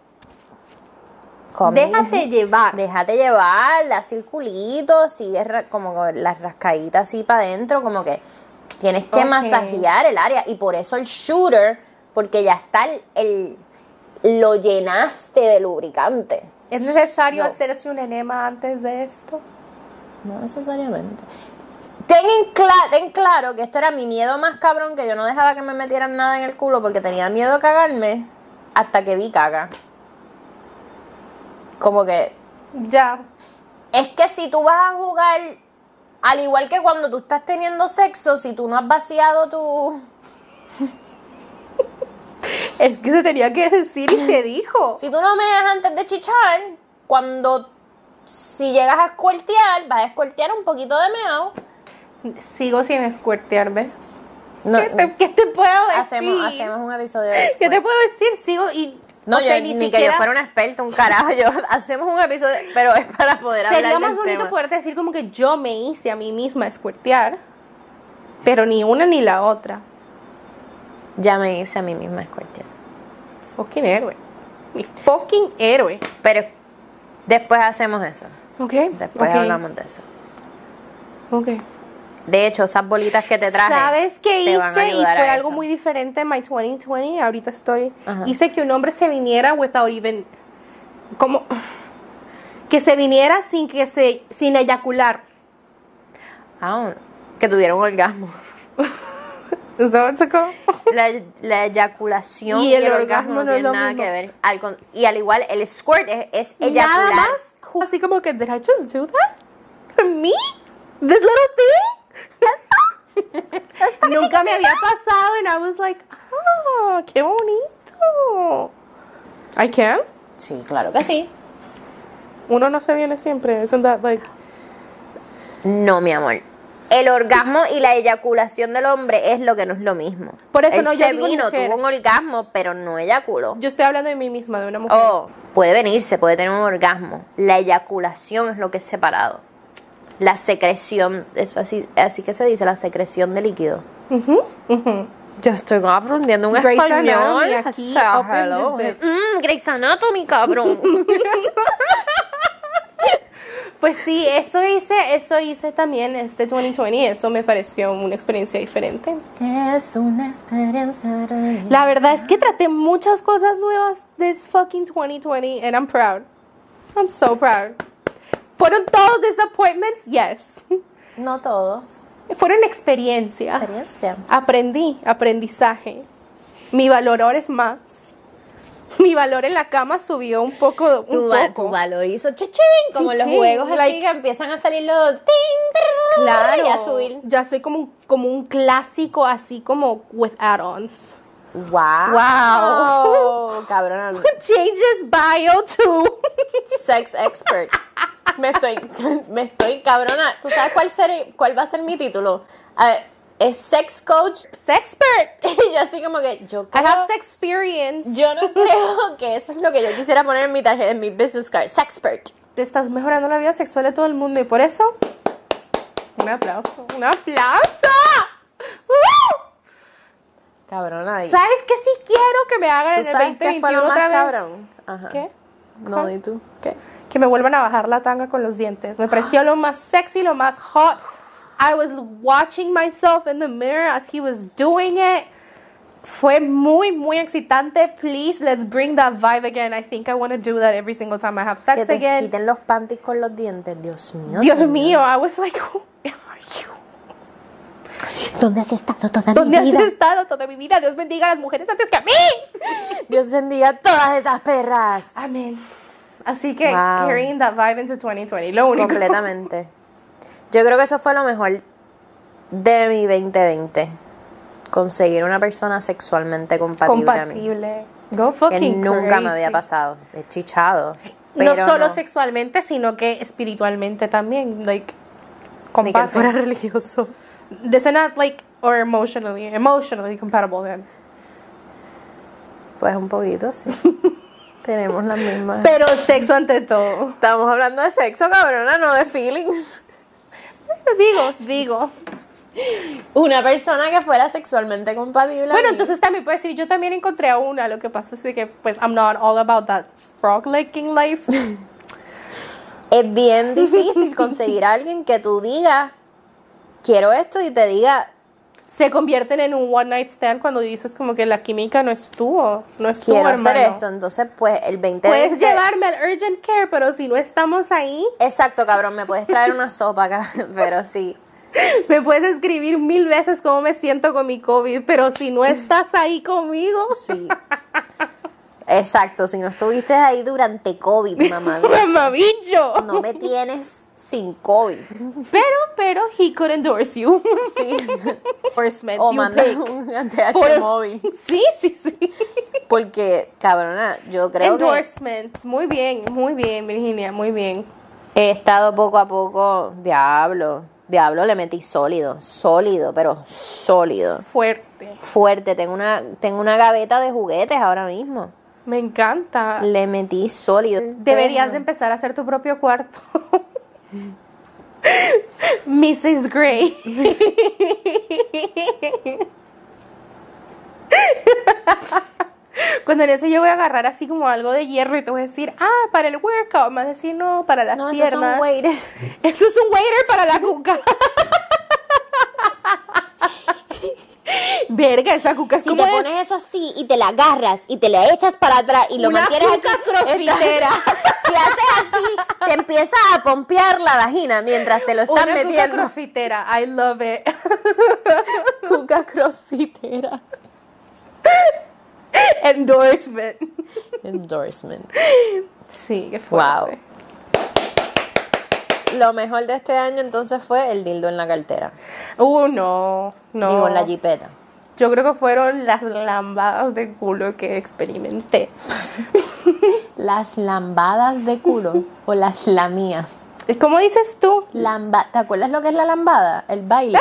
Speaker 2: come-
Speaker 1: Déjate llevar.
Speaker 2: Déjate llevar, la circulitos, sigue ra- como las rascaditas así para adentro, como que tienes que
Speaker 1: Ok.
Speaker 2: masajear el área. Y por eso el shooter, porque ya está el, el- lo llenaste de lubricante.
Speaker 1: ¿Es necesario
Speaker 2: So-
Speaker 1: hacerse un enema antes de esto?
Speaker 2: No necesariamente. Ten, en cla- ten claro que esto era mi miedo más cabrón, que yo no dejaba que me metieran nada en el culo porque tenía miedo a cagarme hasta que vi caga. Como que
Speaker 1: Ya.
Speaker 2: es que si tú vas a jugar, al igual que cuando tú estás teniendo sexo, si tú no has vaciado tu...
Speaker 1: Es que se tenía que decir y se dijo.
Speaker 2: Si tú no me das antes de chichar, cuando... Si llegas a escuertear, vas a escuertear un poquito de meao.
Speaker 1: Sigo sin escuertear, ¿ves?
Speaker 2: No, eh,
Speaker 1: ¿Qué, te, qué te puedo decir?
Speaker 2: hacemos, hacemos un episodio de
Speaker 1: ¿Qué te
Speaker 2: squirt.
Speaker 1: puedo decir? Sigo y...
Speaker 2: No,
Speaker 1: o
Speaker 2: yo,
Speaker 1: sea,
Speaker 2: ni, que yo fuera una experta, un carajo. Yo hacemos un episodio, pero es para poder hablar
Speaker 1: Sería más
Speaker 2: del
Speaker 1: bonito
Speaker 2: tema.
Speaker 1: poderte decir como que yo me hice a mí misma escuertear, pero ni una ni la otra.
Speaker 2: Ya me hice a mí misma escortia.
Speaker 1: Fucking héroe. Mi fucking héroe.
Speaker 2: Pero después hacemos eso.
Speaker 1: ¿Ok?
Speaker 2: Después
Speaker 1: ok,
Speaker 2: hablamos de eso.
Speaker 1: Ok.
Speaker 2: De hecho, esas bolitas que te traje.
Speaker 1: ¿Sabes qué
Speaker 2: te van
Speaker 1: hice?
Speaker 2: a
Speaker 1: Y fue
Speaker 2: ayudar a
Speaker 1: algo
Speaker 2: eso.
Speaker 1: muy diferente en my 2020. Ahorita estoy.
Speaker 2: Ajá.
Speaker 1: Hice que un hombre se viniera without even. Como. Que se viniera sin que se. sin eyacular.
Speaker 2: Ah, un- que tuvieron orgasmo.
Speaker 1: ¿Is that what it's called?
Speaker 2: La, la eyaculación
Speaker 1: Y
Speaker 2: y,
Speaker 1: el
Speaker 2: el,
Speaker 1: orgasmo no
Speaker 2: orgasmo, no
Speaker 1: es
Speaker 2: tienen
Speaker 1: lo
Speaker 2: nada
Speaker 1: mismo.
Speaker 2: que ver. Al con- y al igual, el squirt es, es eyacular.
Speaker 1: Nada más. ju- Así como que, ¿did I just do that? For me? This little thing? Nunca me había pasado, and I was like, ah, qué bonito. I can?
Speaker 2: Sí, claro que sí.
Speaker 1: Uno no se viene siempre. Isn't that like.
Speaker 2: No, mi amor. El orgasmo y la eyaculación del hombre es lo que no es lo mismo.
Speaker 1: Por eso
Speaker 2: Él
Speaker 1: no, yo
Speaker 2: se
Speaker 1: digo
Speaker 2: vino,
Speaker 1: mujer.
Speaker 2: tuvo un orgasmo, pero no eyaculó.
Speaker 1: Yo estoy hablando de mí misma, de una mujer.
Speaker 2: Oh, puede venirse, puede tener un orgasmo. La eyaculación es lo que es separado. La secreción, eso así, así que se dice, la secreción de líquido.
Speaker 1: Ujú, ujú.
Speaker 2: Yo estoy aprendiendo un
Speaker 1: Grey's
Speaker 2: español.
Speaker 1: Anatomy aquí, open this bitch.
Speaker 2: Mm, Grey's Anatomy, cabrón.
Speaker 1: Pues sí, eso hice, eso hice también este 2020. Eso me pareció una experiencia diferente.
Speaker 2: es una experiencia. real.
Speaker 1: La verdad es que traté muchas cosas nuevas this fucking 2020 and I'm proud. I'm so proud. ¿Fueron todos disappointments? Yes.
Speaker 2: No todos.
Speaker 1: Fueron experiencias.
Speaker 2: Experiencia.
Speaker 1: Aprendí, aprendizaje. Mi valor ahora es más. Mi valor en la cama subió un poco.
Speaker 2: Tu,
Speaker 1: un
Speaker 2: va-
Speaker 1: poco.
Speaker 2: tu valor hizo chichín, como los
Speaker 1: Chichín,
Speaker 2: juegos
Speaker 1: like-
Speaker 2: así que empiezan a salir los ting,
Speaker 1: Claro.
Speaker 2: y a subir.
Speaker 1: Ya soy como, un- como un clásico, así como with add-ons.
Speaker 2: Wow.
Speaker 1: Wow.
Speaker 2: Cabrón,
Speaker 1: Changes bio to.
Speaker 2: sex expert. Me estoy, me estoy cabrona. ¿Tú sabes cuál, ser- cuál va a ser mi título? A ver, es sex coach.
Speaker 1: Sexpert.
Speaker 2: Y yo así como que yo
Speaker 1: I
Speaker 2: creo,
Speaker 1: have sex experience.
Speaker 2: yo no creo que eso es lo que yo quisiera poner en mi tarjeta, en mi business card. Sexpert.
Speaker 1: Te estás mejorando la vida sexual de todo el mundo y por eso. Un aplauso. Un aplauso. ¡Uh!
Speaker 2: Cabrona. ahí.
Speaker 1: ¿Sabes qué sí quiero que me hagan
Speaker 2: ¿Tú
Speaker 1: en el
Speaker 2: sabes qué
Speaker 1: 2021
Speaker 2: fue lo más
Speaker 1: otra vez?
Speaker 2: cabrón? Ajá.
Speaker 1: ¿Qué?
Speaker 2: No,
Speaker 1: ¿Cuál?
Speaker 2: ¿y tú? ¿Qué?
Speaker 1: Que me vuelvan a bajar la tanga con los dientes. Me pareció lo más sexy, lo más hot. I was watching myself in the mirror as he was doing it. Fue muy, muy excitante. Please, let's bring that vibe again. I think I want to do that every single time I have sex
Speaker 2: Que te
Speaker 1: again.
Speaker 2: quiten los panties con los dientes. Dios mío.
Speaker 1: Dios
Speaker 2: Ah, señor.
Speaker 1: mío, I was like, who am you?
Speaker 2: ¿Dónde has estado toda
Speaker 1: ¿Dónde
Speaker 2: mi
Speaker 1: has
Speaker 2: vida?
Speaker 1: estado toda mi vida? Dios bendiga a las mujeres antes que a mí.
Speaker 2: Dios bendiga a todas esas perras.
Speaker 1: Amén. Así que
Speaker 2: Wow.
Speaker 1: carrying that vibe into 2020, lo único.
Speaker 2: Completamente. Yo creo que eso fue lo mejor de mi 2020. Conseguir una persona sexualmente compatible, a mí.
Speaker 1: compatible. Go
Speaker 2: Que
Speaker 1: fucking
Speaker 2: nunca
Speaker 1: crazy.
Speaker 2: me había pasado. He chichado.
Speaker 1: No
Speaker 2: pero
Speaker 1: solo
Speaker 2: no.
Speaker 1: sexualmente, sino que espiritualmente también, like
Speaker 2: Ni que él fuera
Speaker 1: compatible.
Speaker 2: religioso.
Speaker 1: This is not like or emotionally, emotionally compatible then.
Speaker 2: Pues un poquito, sí. Tenemos las mismas.
Speaker 1: Pero sexo ante todo.
Speaker 2: Estamos hablando de sexo, cabrona, no de feelings.
Speaker 1: Digo, digo.
Speaker 2: Una persona que fuera sexualmente compatible. a
Speaker 1: Bueno,
Speaker 2: mí.
Speaker 1: entonces también puedo decir, yo también encontré a una, lo que pasa es que pues I'm not all about that frog licking life.
Speaker 2: Es bien difícil conseguir a alguien que tú digas, quiero esto, y te diga,
Speaker 1: Se convierten en un one night stand cuando dices como que la química no estuvo, no estuvo
Speaker 2: quiero
Speaker 1: hermano.
Speaker 2: hacer esto. Entonces, pues el 20
Speaker 1: Puedes llevarme al urgent care, pero si no estamos ahí,
Speaker 2: Exacto, cabrón, me puedes traer una sopa acá, pero sí.
Speaker 1: Me puedes escribir mil veces cómo me siento con mi COVID, pero si no estás ahí conmigo,
Speaker 2: Sí. Exacto, si no estuviste ahí durante COVID, mamá.
Speaker 1: mamabicho.
Speaker 2: No me tienes sin COVID.
Speaker 1: Pero, pero, he could endorse you.
Speaker 2: Sí.
Speaker 1: Endorsements,
Speaker 2: O
Speaker 1: you
Speaker 2: manda
Speaker 1: pick.
Speaker 2: un ATH
Speaker 1: Por-
Speaker 2: móvil.
Speaker 1: Sí, sí, sí.
Speaker 2: Porque, cabrona, yo creo
Speaker 1: Endorsements. Muy bien, muy bien, Virginia, muy bien.
Speaker 2: que he estado poco a poco. Diablo. Diablo le metí sólido. Sólido, pero sólido.
Speaker 1: Fuerte.
Speaker 2: Fuerte. Tengo una, tengo una gaveta de juguetes ahora mismo.
Speaker 1: Me encanta.
Speaker 2: Le metí sólido.
Speaker 1: Deberías de empezar a hacer tu propio cuarto. Mrs. Grey. Cuando en eso yo voy a agarrar así como algo de hierro y te voy a decir, ah, para el workout. Me vas a decir, no, para las
Speaker 2: No, esos son
Speaker 1: piernas.
Speaker 2: waiters.
Speaker 1: Eso es un waiter para la cuca. Verga, esa cuca es
Speaker 3: Si
Speaker 1: como
Speaker 3: te
Speaker 1: de
Speaker 3: pones eso así y te la agarras y te la echas para atrás y lo
Speaker 1: Una
Speaker 3: mantienes aquí,
Speaker 1: puta crossfitera.
Speaker 3: está-
Speaker 2: Si haces así, te empieza a pompear la vagina mientras te lo
Speaker 1: Una
Speaker 2: están
Speaker 1: cuca
Speaker 2: metiendo.
Speaker 1: crossfitera. I love it.
Speaker 2: Cuca crossfitera.
Speaker 1: Endorsement.
Speaker 2: Endorsement.
Speaker 1: Sí, qué fuerte.
Speaker 2: Wow. Lo mejor de este año entonces fue el dildo en la cartera.
Speaker 1: Uh, no, no.
Speaker 2: Digo, en la jipeta.
Speaker 1: Yo creo que fueron las lambadas de culo que experimenté.
Speaker 2: Las lambadas de culo o las lamías.
Speaker 1: ¿Cómo dices tú?
Speaker 2: Lamba ¿Te acuerdas lo que es la lambada? El baile.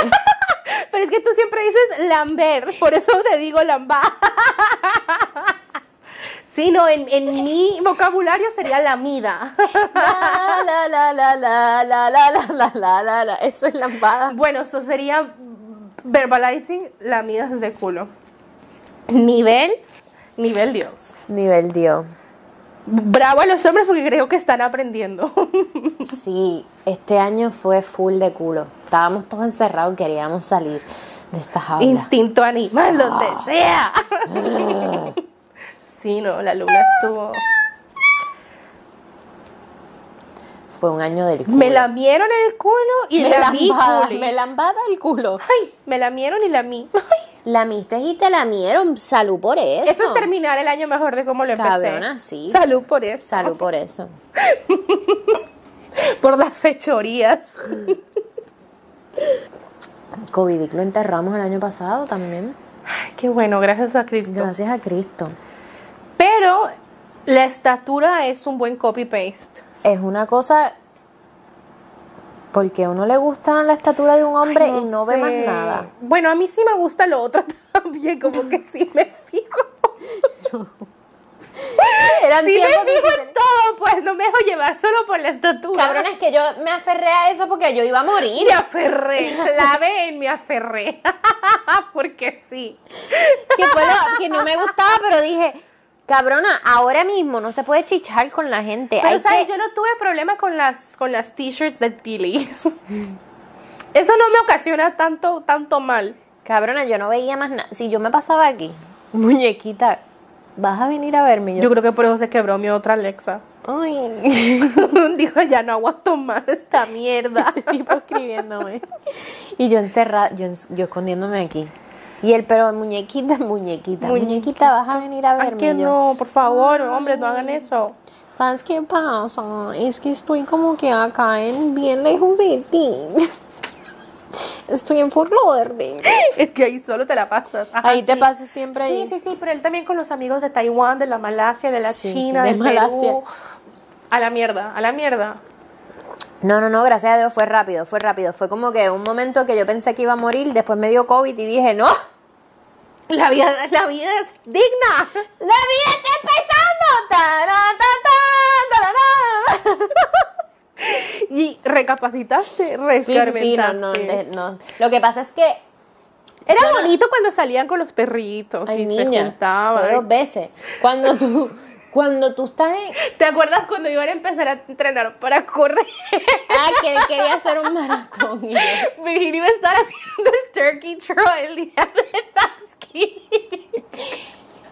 Speaker 1: Pero es que tú siempre dices lamber, por eso te digo lambada. Sí, no, en, en mi vocabulario sería lamida.
Speaker 2: La, la, la, la, la, la, la, la, la, la, la, la. Eso es lambada.
Speaker 1: Bueno, eso sería verbalizing lamidas de culo. Nivel, nivel Dios.
Speaker 2: Nivel Dios.
Speaker 1: Bravo a los hombres porque creo que están aprendiendo.
Speaker 2: Sí, este año fue full de culo. Estábamos todos encerrados, queríamos salir de esta jaula.
Speaker 1: Instinto animal, donde
Speaker 2: Ah.
Speaker 1: sea. sí, no, la luna estuvo.
Speaker 2: Fue un año del culo.
Speaker 1: Me lamieron el culo y
Speaker 2: me
Speaker 1: la vi.
Speaker 2: lambada,
Speaker 1: culi.
Speaker 2: me lambada el culo.
Speaker 1: Ay, me lamieron y la mí.
Speaker 2: Lamiste y te lamieron. Salud por eso.
Speaker 1: Eso es terminar el año mejor de cómo lo empecé.
Speaker 2: Cabrona, sí.
Speaker 1: Salud por eso.
Speaker 2: Salud por eso.
Speaker 1: Por las fechorías.
Speaker 2: Covidic lo enterramos el año pasado también.
Speaker 1: Ay, qué bueno, gracias a Cristo.
Speaker 2: Gracias a Cristo.
Speaker 1: Pero la estatura es un buen copy-paste.
Speaker 2: Es una cosa. Porque a uno le gusta la estatura de un hombre
Speaker 1: Ay,
Speaker 2: y no ve
Speaker 1: sé.
Speaker 2: más nada.
Speaker 1: Bueno, a mí sí me gusta lo otro también, como que sí me fijo.
Speaker 2: Eran
Speaker 1: Si me
Speaker 2: tiempos
Speaker 1: fijo
Speaker 2: difíciles.
Speaker 1: en todo, pues no me dejo llevar solo por la estatura.
Speaker 2: Cabrones, que yo me aferré a eso porque yo iba a morir.
Speaker 1: Me aferré, clave en me aferré. Porque sí.
Speaker 2: que fue lo que no me gustaba, pero dije, cabrona, ahora mismo no se puede chichar con la gente.
Speaker 1: Pero
Speaker 2: hay
Speaker 1: sabes,
Speaker 2: que-
Speaker 1: yo no tuve problema con las con las t-shirts de Tilly's. Eso no me ocasiona tanto tanto mal.
Speaker 2: Cabrona, yo no veía más nada. Si yo me pasaba aquí, muñequita, vas a venir a verme. Yo,
Speaker 1: Yo creo que por eso se quebró mi otra Alexa.
Speaker 2: Ay.
Speaker 1: Dijo, ya no aguanto más esta mierda.
Speaker 2: Ese tipo escribiéndome. Y yo encerrada, yo, en- yo escondiéndome aquí. Y él, pero muñequita, muñequita, muñequita, vas a venir a
Speaker 1: Ay,
Speaker 2: verme.
Speaker 1: que
Speaker 2: Y yo,
Speaker 1: no, por favor, hombre, no hagan eso.
Speaker 2: ¿Sabes qué pasa? Es que estoy como que acá en bien lejos de ti. Estoy en Fort Lauderdale.
Speaker 1: Es que ahí solo te la pasas. Ajá,
Speaker 2: Ahí te
Speaker 1: sí.
Speaker 2: pasas siempre ahí.
Speaker 1: Sí, sí, sí, pero él también con los amigos de Taiwán, de la Malasia, de la
Speaker 2: Sí, sí,
Speaker 1: China,
Speaker 2: de
Speaker 1: de Malasia.
Speaker 2: Malasia.
Speaker 1: A la mierda, a la mierda.
Speaker 2: No, no, no, gracias a Dios fue rápido, fue rápido. Fue como que un momento que yo pensé que iba a morir, después me dio COVID y dije, no,
Speaker 1: La vida, la vida es digna.
Speaker 2: ¡La vida está empezando! Tará, tá, tá, tará, tá.
Speaker 1: Y recapacitaste,
Speaker 2: Sí, sí,
Speaker 1: rescarmentaste.
Speaker 2: sí, no, no, de- no. Lo que pasa es que,
Speaker 1: Era bonito cuando salían con los perritos
Speaker 2: ay,
Speaker 1: y se ¿eh?
Speaker 2: niña, fue dos
Speaker 1: juntaban.
Speaker 2: veces. Cuando tú, cuando tú estás en...
Speaker 1: ¿Te acuerdas cuando yo era empezar a entrenar para correr?
Speaker 2: Ah, que él quería hacer un maratón. y yo,
Speaker 1: Virginia iba a estar haciendo el turkey trail el día de Thanksgiving.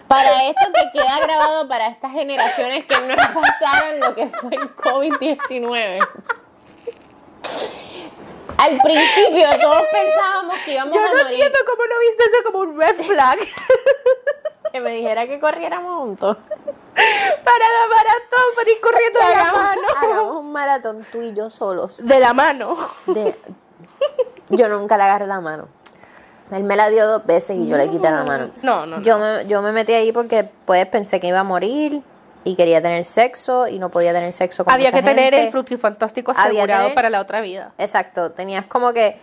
Speaker 2: Para esto que queda grabado para estas generaciones que no pasaron lo que fue el COVID-19. Al principio todos pensábamos que íbamos
Speaker 1: Yo
Speaker 2: a
Speaker 1: no
Speaker 2: morir.
Speaker 1: entiendo cómo no viste eso como un red flag
Speaker 2: Que me dijera que corriéramos juntos.
Speaker 1: para la maratón, para ir corriendo de la mano.
Speaker 2: hagamos un maratón tú y yo solos.
Speaker 1: De la mano.
Speaker 2: De- Yo nunca le agarré la mano. Él me la dio dos veces y yo le quité la mano.
Speaker 1: No, no, no.
Speaker 2: Yo me, yo me metí ahí porque pues pensé que iba a morir y quería tener sexo y no podía tener sexo con
Speaker 1: Había
Speaker 2: mucha
Speaker 1: que tener el
Speaker 2: gente.
Speaker 1: frutifantástico
Speaker 2: Había que
Speaker 1: asegurado
Speaker 2: tener-
Speaker 1: para la otra vida.
Speaker 2: Exacto, tenías como que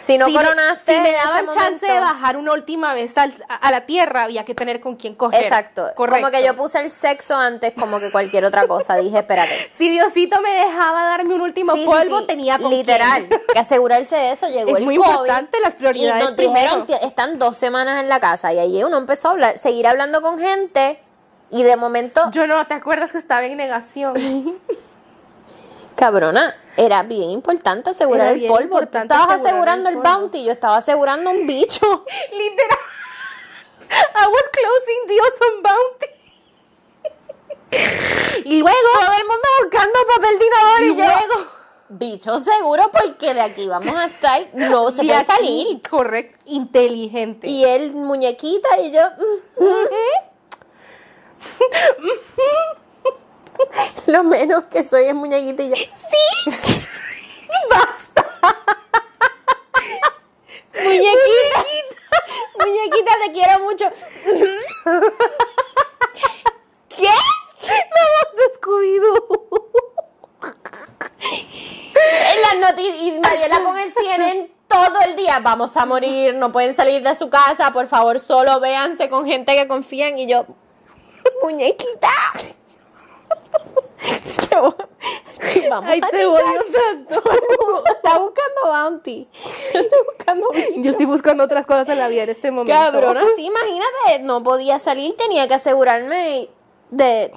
Speaker 2: si no
Speaker 1: Si me-
Speaker 2: coronaste
Speaker 1: si me
Speaker 2: en ese
Speaker 1: daban chance de
Speaker 2: momento-
Speaker 1: bajar una última vez al- a, a la tierra, había que tener con quién coger.
Speaker 2: Exacto,
Speaker 1: Correcto.
Speaker 2: como que yo puse el sexo antes como que cualquier otra cosa, dije, espérate.
Speaker 1: Si Diosito me dejaba darme un último
Speaker 2: Sí, sí,
Speaker 1: polvo,
Speaker 2: sí,
Speaker 1: tenía con
Speaker 2: literal,
Speaker 1: quién.
Speaker 2: que asegurarse de eso, llegó
Speaker 1: Es
Speaker 2: el
Speaker 1: muy
Speaker 2: COVID,
Speaker 1: importante las prioridades
Speaker 2: y nos dijeron que están dos semanas en la casa y ahí uno empezó a hablar, seguir hablando con gente y de momento,
Speaker 1: Yo no, ¿te acuerdas que estaba en negación?
Speaker 2: cabrona, era bien importante asegurar
Speaker 1: Era
Speaker 2: el
Speaker 1: bien
Speaker 2: polvo, tú
Speaker 1: importante
Speaker 2: estabas
Speaker 1: asegurar
Speaker 2: asegurando
Speaker 1: el
Speaker 2: el
Speaker 1: polvo.
Speaker 2: bounty, yo estaba asegurando un bicho.
Speaker 1: Literal. I was closing deals on bounty. y luego.
Speaker 2: Todo el mundo buscando papel dinador
Speaker 1: Y
Speaker 2: y, yo-
Speaker 1: luego-
Speaker 2: Bicho seguro porque de aquí vamos a estar, no se
Speaker 1: y
Speaker 2: puede
Speaker 1: aquí,
Speaker 2: salir.
Speaker 1: Correcto. Inteligente.
Speaker 2: Y él muñequita y yo mm, mm. lo menos que soy es muñequita y yo
Speaker 1: Basta.
Speaker 2: muñequita. muñequita te quiero mucho. ¿Qué?
Speaker 1: No hemos descuido.
Speaker 2: En las noticias Mariela con el CNN todo el día vamos a morir, no pueden salir de su casa, por favor, solo véanse con gente que confían y yo muñequita. Te voy- sí, vamos
Speaker 1: Ay,
Speaker 2: a
Speaker 1: te
Speaker 2: chichar.
Speaker 1: odio tanto.
Speaker 2: Todo el mundo está buscando bounty. Yo estoy buscando bounty.
Speaker 1: Yo estoy buscando otras cosas en la vida en este momento.
Speaker 2: Cabrona, sí, imagínate, no podía salir, tenía que asegurarme de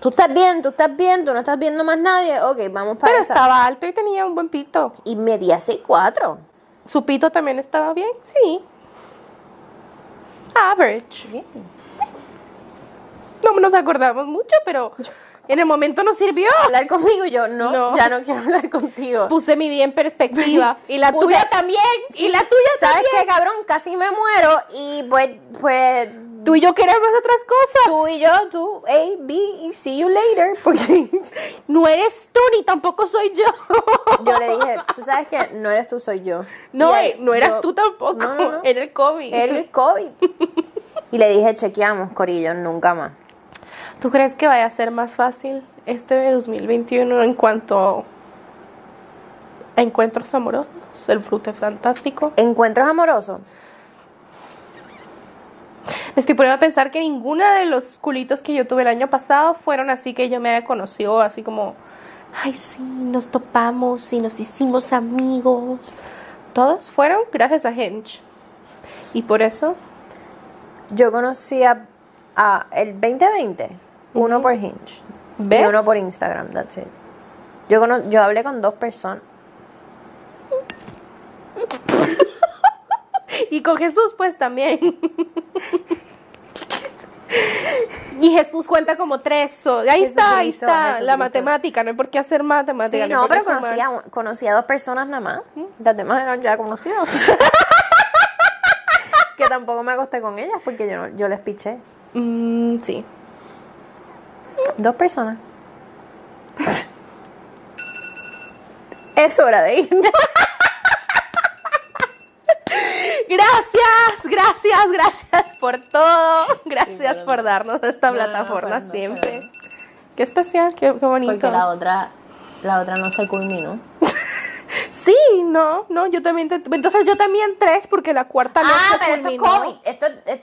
Speaker 2: Tú estás bien, tú estás bien, tú no estás viendo más nadie. Ok, vamos para
Speaker 1: Pero
Speaker 2: esa.
Speaker 1: estaba alto y tenía un buen pito.
Speaker 2: Y medía 6'4".
Speaker 1: ¿Su pito también estaba bien? Sí. Average. No nos acordamos mucho, pero en el momento nos sirvió.
Speaker 2: Hablar conmigo y yo, no,
Speaker 1: No.
Speaker 2: ya no quiero hablar contigo.
Speaker 1: Puse mi vida en perspectiva. Y la
Speaker 2: Puse-
Speaker 1: tuya también. Y la tuya
Speaker 2: ¿Sabes
Speaker 1: también.
Speaker 2: qué, cabrón? Casi me muero y pues, pues,
Speaker 1: Tú y yo queremos otras cosas.
Speaker 2: tú y yo, tú, A, B, y see you later. Porque
Speaker 1: No eres tú ni tampoco soy yo.
Speaker 2: yo le dije, tú sabes que no eres tú, soy yo.
Speaker 1: No,
Speaker 2: Y ahí
Speaker 1: eh, no eras
Speaker 2: yo-
Speaker 1: tú tampoco.
Speaker 2: No, no, no.
Speaker 1: Era el COVID.
Speaker 2: Era el COVID. Y le dije, chequeamos, Corillo, nunca más.
Speaker 1: ¿Tú crees que vaya a ser más fácil este de 2021 en cuanto a encuentros amorosos? El frute fantástico.
Speaker 2: Encuentros amorosos.
Speaker 1: estoy poniendo a pensar que ninguna de los culitos que yo tuve el año pasado fueron así que yo me haya conocido, así como, ay, sí, nos topamos y nos hicimos amigos. Todos fueron gracias a Hinge. Y por eso,
Speaker 2: Yo conocí a, a el 2020, uno por Hinge
Speaker 1: ¿ves?
Speaker 2: y uno por Instagram, that's it. Yo, cono- yo hablé con dos personas.
Speaker 1: Y con Jesús, pues también. Y Jesús cuenta como tres. so- ahí está, ahí
Speaker 2: Jesucristo,
Speaker 1: está. La
Speaker 2: Jesucristo.
Speaker 1: matemática, no hay por qué hacer matemática.
Speaker 2: Sí,
Speaker 1: hay
Speaker 2: no,
Speaker 1: por qué
Speaker 2: pero conocí
Speaker 1: sumar.
Speaker 2: a, un- conocí a dos personas nada más. Las demás eran ya conocidas. que tampoco me acosté con ellas porque yo, no- yo les piché.
Speaker 1: Mm, sí.
Speaker 2: Dos personas. es hora de irnos.
Speaker 1: Gracias, gracias, gracias por todo. Gracias por darnos esta plataforma siempre. Qué especial, qué, qué bonito.
Speaker 2: otra, la otra no se culminó.
Speaker 1: Sí, no, no, yo también. te- Entonces yo también tres, porque la cuarta no
Speaker 2: Ah,
Speaker 1: se
Speaker 2: pero esto es
Speaker 1: culminó.
Speaker 2: COVID. Esto es- es-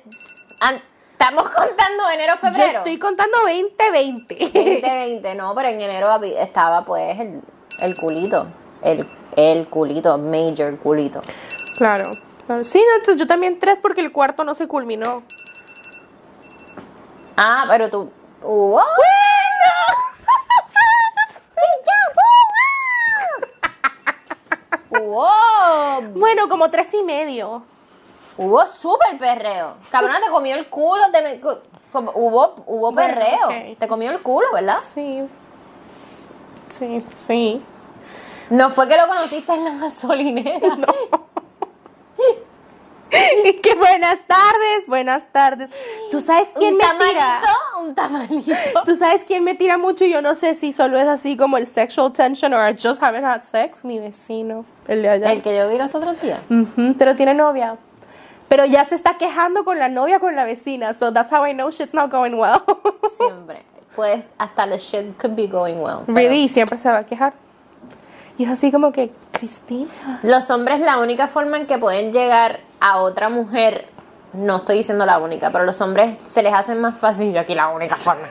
Speaker 2: an- estamos contando enero,
Speaker 1: Yo
Speaker 2: febrero.
Speaker 1: estoy contando 2020.
Speaker 2: 2020, no, pero en enero habi- estaba pues el, el culito. El, el culito, major culito.
Speaker 1: Claro, claro. Sí, no, entonces yo también tres porque el cuarto no se culminó.
Speaker 2: Ah, pero tú. ¡Wow! ¡Wow!
Speaker 1: Bueno, como tres y medio.
Speaker 2: Hubo súper perreo. Cabrona, te comió el culo. Te, me- co- como- hubo, hubo
Speaker 1: Bueno,
Speaker 2: perreo.
Speaker 1: ok.
Speaker 2: Te comió el culo, ¿verdad?
Speaker 1: Sí. Sí, sí.
Speaker 2: No fue que lo conociste en la gasolinera.
Speaker 1: Qué buenas tardes, buenas tardes. ¿Tú sabes quién
Speaker 2: un
Speaker 1: me
Speaker 2: tamalito,
Speaker 1: tira?
Speaker 2: un tamalito.
Speaker 1: Tú sabes quién me tira mucho y yo no sé si solo es así como el sexual tension or I just haven't had sex, mi vecino, el de allá.
Speaker 2: El que yo vi los otros días.
Speaker 1: Ujú, pero tiene novia. Pero ya se está quejando con la novia, con la vecina. So that's how I know shit's not going well.
Speaker 2: Siempre. Pues hasta the shit could be going well. pero-
Speaker 1: Really, siempre se va a quejar. Y es así como que, Cristina.
Speaker 2: Los hombres, la única forma en que pueden llegar a otra mujer, no estoy diciendo la única, pero los hombres se les hacen más fácil. Yo aquí la única forma.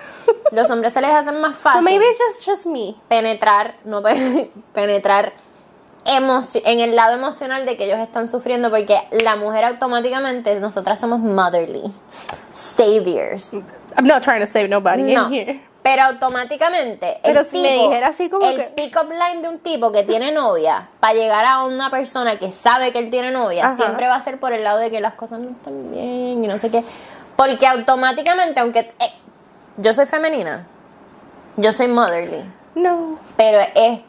Speaker 2: Los hombres se les hacen más fácil
Speaker 1: So maybe it's just, just me.
Speaker 2: penetrar, no pe- penetrar emoci- en el lado emocional de que ellos están sufriendo, porque la mujer automáticamente, nosotras somos motherly, saviors.
Speaker 1: I'm not trying to save nobody
Speaker 2: No.
Speaker 1: in here.
Speaker 2: Pero automáticamente.
Speaker 1: Pero
Speaker 2: el
Speaker 1: si me
Speaker 2: tipo-
Speaker 1: dijera así como
Speaker 2: El
Speaker 1: que-
Speaker 2: pick-up line de un tipo que tiene novia para llegar a una persona que sabe que él tiene novia
Speaker 1: Ajá.
Speaker 2: siempre va a ser por el lado de que las cosas no están bien y no sé qué. Porque automáticamente, aunque. eh, yo soy femenina. Yo soy motherly.
Speaker 1: No.
Speaker 2: Pero es.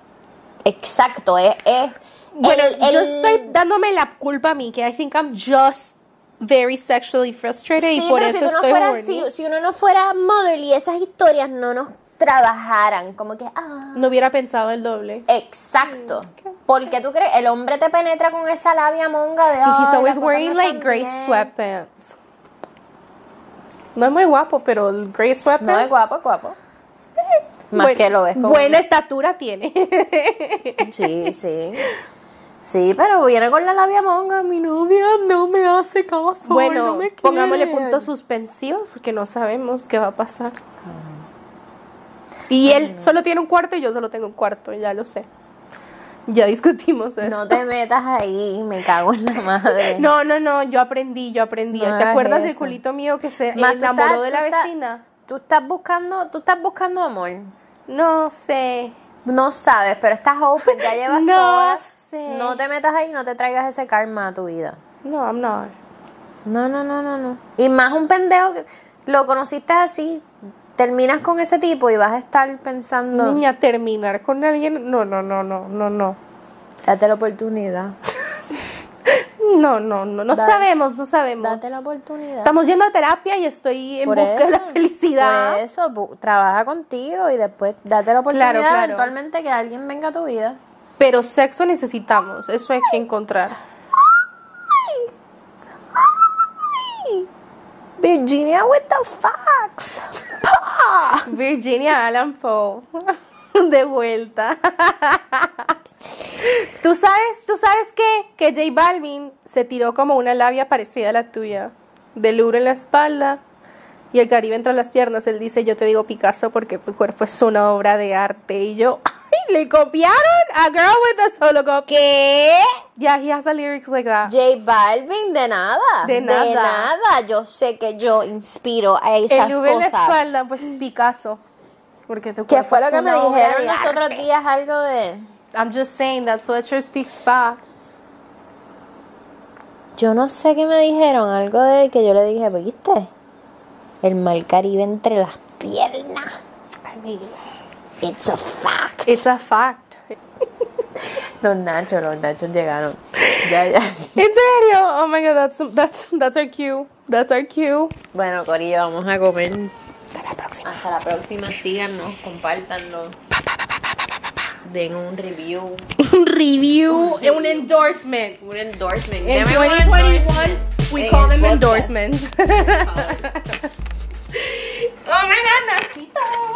Speaker 2: Exacto, es. es
Speaker 1: Bueno,
Speaker 2: el-
Speaker 1: yo
Speaker 2: el-
Speaker 1: estoy dándome la culpa a mí, que I think I'm just very sexually frustrated
Speaker 2: Sí,
Speaker 1: y por
Speaker 2: pero
Speaker 1: eso
Speaker 2: si, tú no
Speaker 1: estoy
Speaker 2: fueras-
Speaker 1: horny.
Speaker 2: si, si uno no fuera motherly, esas historias no nos trabajaran. Como que. Ah,
Speaker 1: No hubiera pensado el doble.
Speaker 2: Exacto.
Speaker 1: Mm,
Speaker 2: Porque tú crees, el hombre te penetra con esa labia monga de.
Speaker 1: And
Speaker 2: "Ay,
Speaker 1: he's
Speaker 2: las
Speaker 1: always
Speaker 2: cosas
Speaker 1: wearing
Speaker 2: no
Speaker 1: like
Speaker 2: están
Speaker 1: gray
Speaker 2: bien".
Speaker 1: sweatpants. No es muy guapo, pero el gray sweatpants.
Speaker 2: No es guapo, es guapo.
Speaker 1: Eh,
Speaker 2: Más
Speaker 1: Buen-
Speaker 2: que lo es. con-
Speaker 1: Buena estatura tiene.
Speaker 2: Sí, sí. Sí, pero viene con la labia monga. Mi novia no me hace caso. y no
Speaker 1: Bueno,
Speaker 2: me
Speaker 1: pongámosle
Speaker 2: quiere.
Speaker 1: puntos suspensivos porque no sabemos qué va a pasar.
Speaker 2: Ah.
Speaker 1: Y él solo tiene un cuarto y yo solo tengo un cuarto, ya lo sé. Ya discutimos eso.
Speaker 2: No te metas ahí, me cago en la madre.
Speaker 1: No, no, no, yo aprendí, yo aprendí.
Speaker 2: No
Speaker 1: ¿Te
Speaker 2: hagas
Speaker 1: acuerdas del
Speaker 2: eso.
Speaker 1: culito mío que se
Speaker 2: Más, tú
Speaker 1: enamoró
Speaker 2: estás-
Speaker 1: de la
Speaker 2: tú estás-
Speaker 1: vecina?
Speaker 2: Tú estás buscando, tú estás buscando amor.
Speaker 1: No sé.
Speaker 2: No sabes, pero estás open, ya llevas
Speaker 1: No
Speaker 2: horas.
Speaker 1: sé.
Speaker 2: No te metas ahí, no te traigas ese karma a tu vida.
Speaker 1: No, I'm not.
Speaker 2: No, no, no, no, no. Y más un pendejo que lo conociste así, terminas con ese tipo y vas a estar pensando,
Speaker 1: Niña, terminar con alguien. No, no, no, no, no, no.
Speaker 2: date la oportunidad.
Speaker 1: No, no, no, no
Speaker 2: Dale.
Speaker 1: sabemos, no sabemos.
Speaker 2: Date la oportunidad.
Speaker 1: Estamos yendo a terapia y estoy en
Speaker 2: Por
Speaker 1: busca de la
Speaker 2: eso,
Speaker 1: felicidad.
Speaker 2: Por eso, bu- trabaja contigo y después date la oportunidad
Speaker 1: Claro, claro.
Speaker 2: eventualmente que alguien venga a tu vida.
Speaker 1: Pero sexo necesitamos, eso hay que encontrar.
Speaker 2: Virginia with the fox.
Speaker 1: Virginia Allan Poe. De vuelta. ¿Tú sabes, tú sabes qué? Que J Balvin se tiró como una labia parecida a la tuya. de Louvre en la espalda y el Caribe entre las piernas. Él dice, yo te digo Picasso porque tu cuerpo es una obra de arte. Y yo, ¡ay! Le copiaron a Girl with a Solo Cup.
Speaker 2: ¿Qué?
Speaker 1: Yeah, he has a lyrics like that.
Speaker 2: J Balvin, de nada.
Speaker 1: De nada.
Speaker 2: nada. Yo sé que yo inspiro a esas
Speaker 1: El Louvre en la
Speaker 2: cosas.
Speaker 1: espalda, pues es Picasso. Porque tu
Speaker 2: Que
Speaker 1: cuerpo
Speaker 2: fue lo
Speaker 1: es
Speaker 2: que me
Speaker 1: una obra
Speaker 2: dijeron
Speaker 1: de
Speaker 2: los otros
Speaker 1: arte.
Speaker 2: días algo de.
Speaker 1: I'm just saying that sweatshirt speaks facts.
Speaker 2: Yo no sé qué me dijeron, algo de que yo le dije, ¿viste? El mal Caribe entre las piernas.
Speaker 1: I mean,
Speaker 2: It's a fact.
Speaker 1: it's a fact.
Speaker 2: Los nachos, los nachos llegaron. Ya, ya.
Speaker 1: ¿En serio? Oh my god, that's, that's, that's our cue. That's our cue.
Speaker 2: Bueno, Corillo, vamos a comer.
Speaker 1: Hasta la próxima.
Speaker 2: Hasta la próxima. Síganos, compártanlo. Den un review.
Speaker 1: Un review, un endorsement.
Speaker 2: Un eh, endorsement.
Speaker 1: In
Speaker 2: Deme un
Speaker 1: 2021,
Speaker 2: endorsement.
Speaker 1: we
Speaker 2: En
Speaker 1: call
Speaker 2: el
Speaker 1: them
Speaker 2: podcast.
Speaker 1: endorsements. oh my god, Nachita.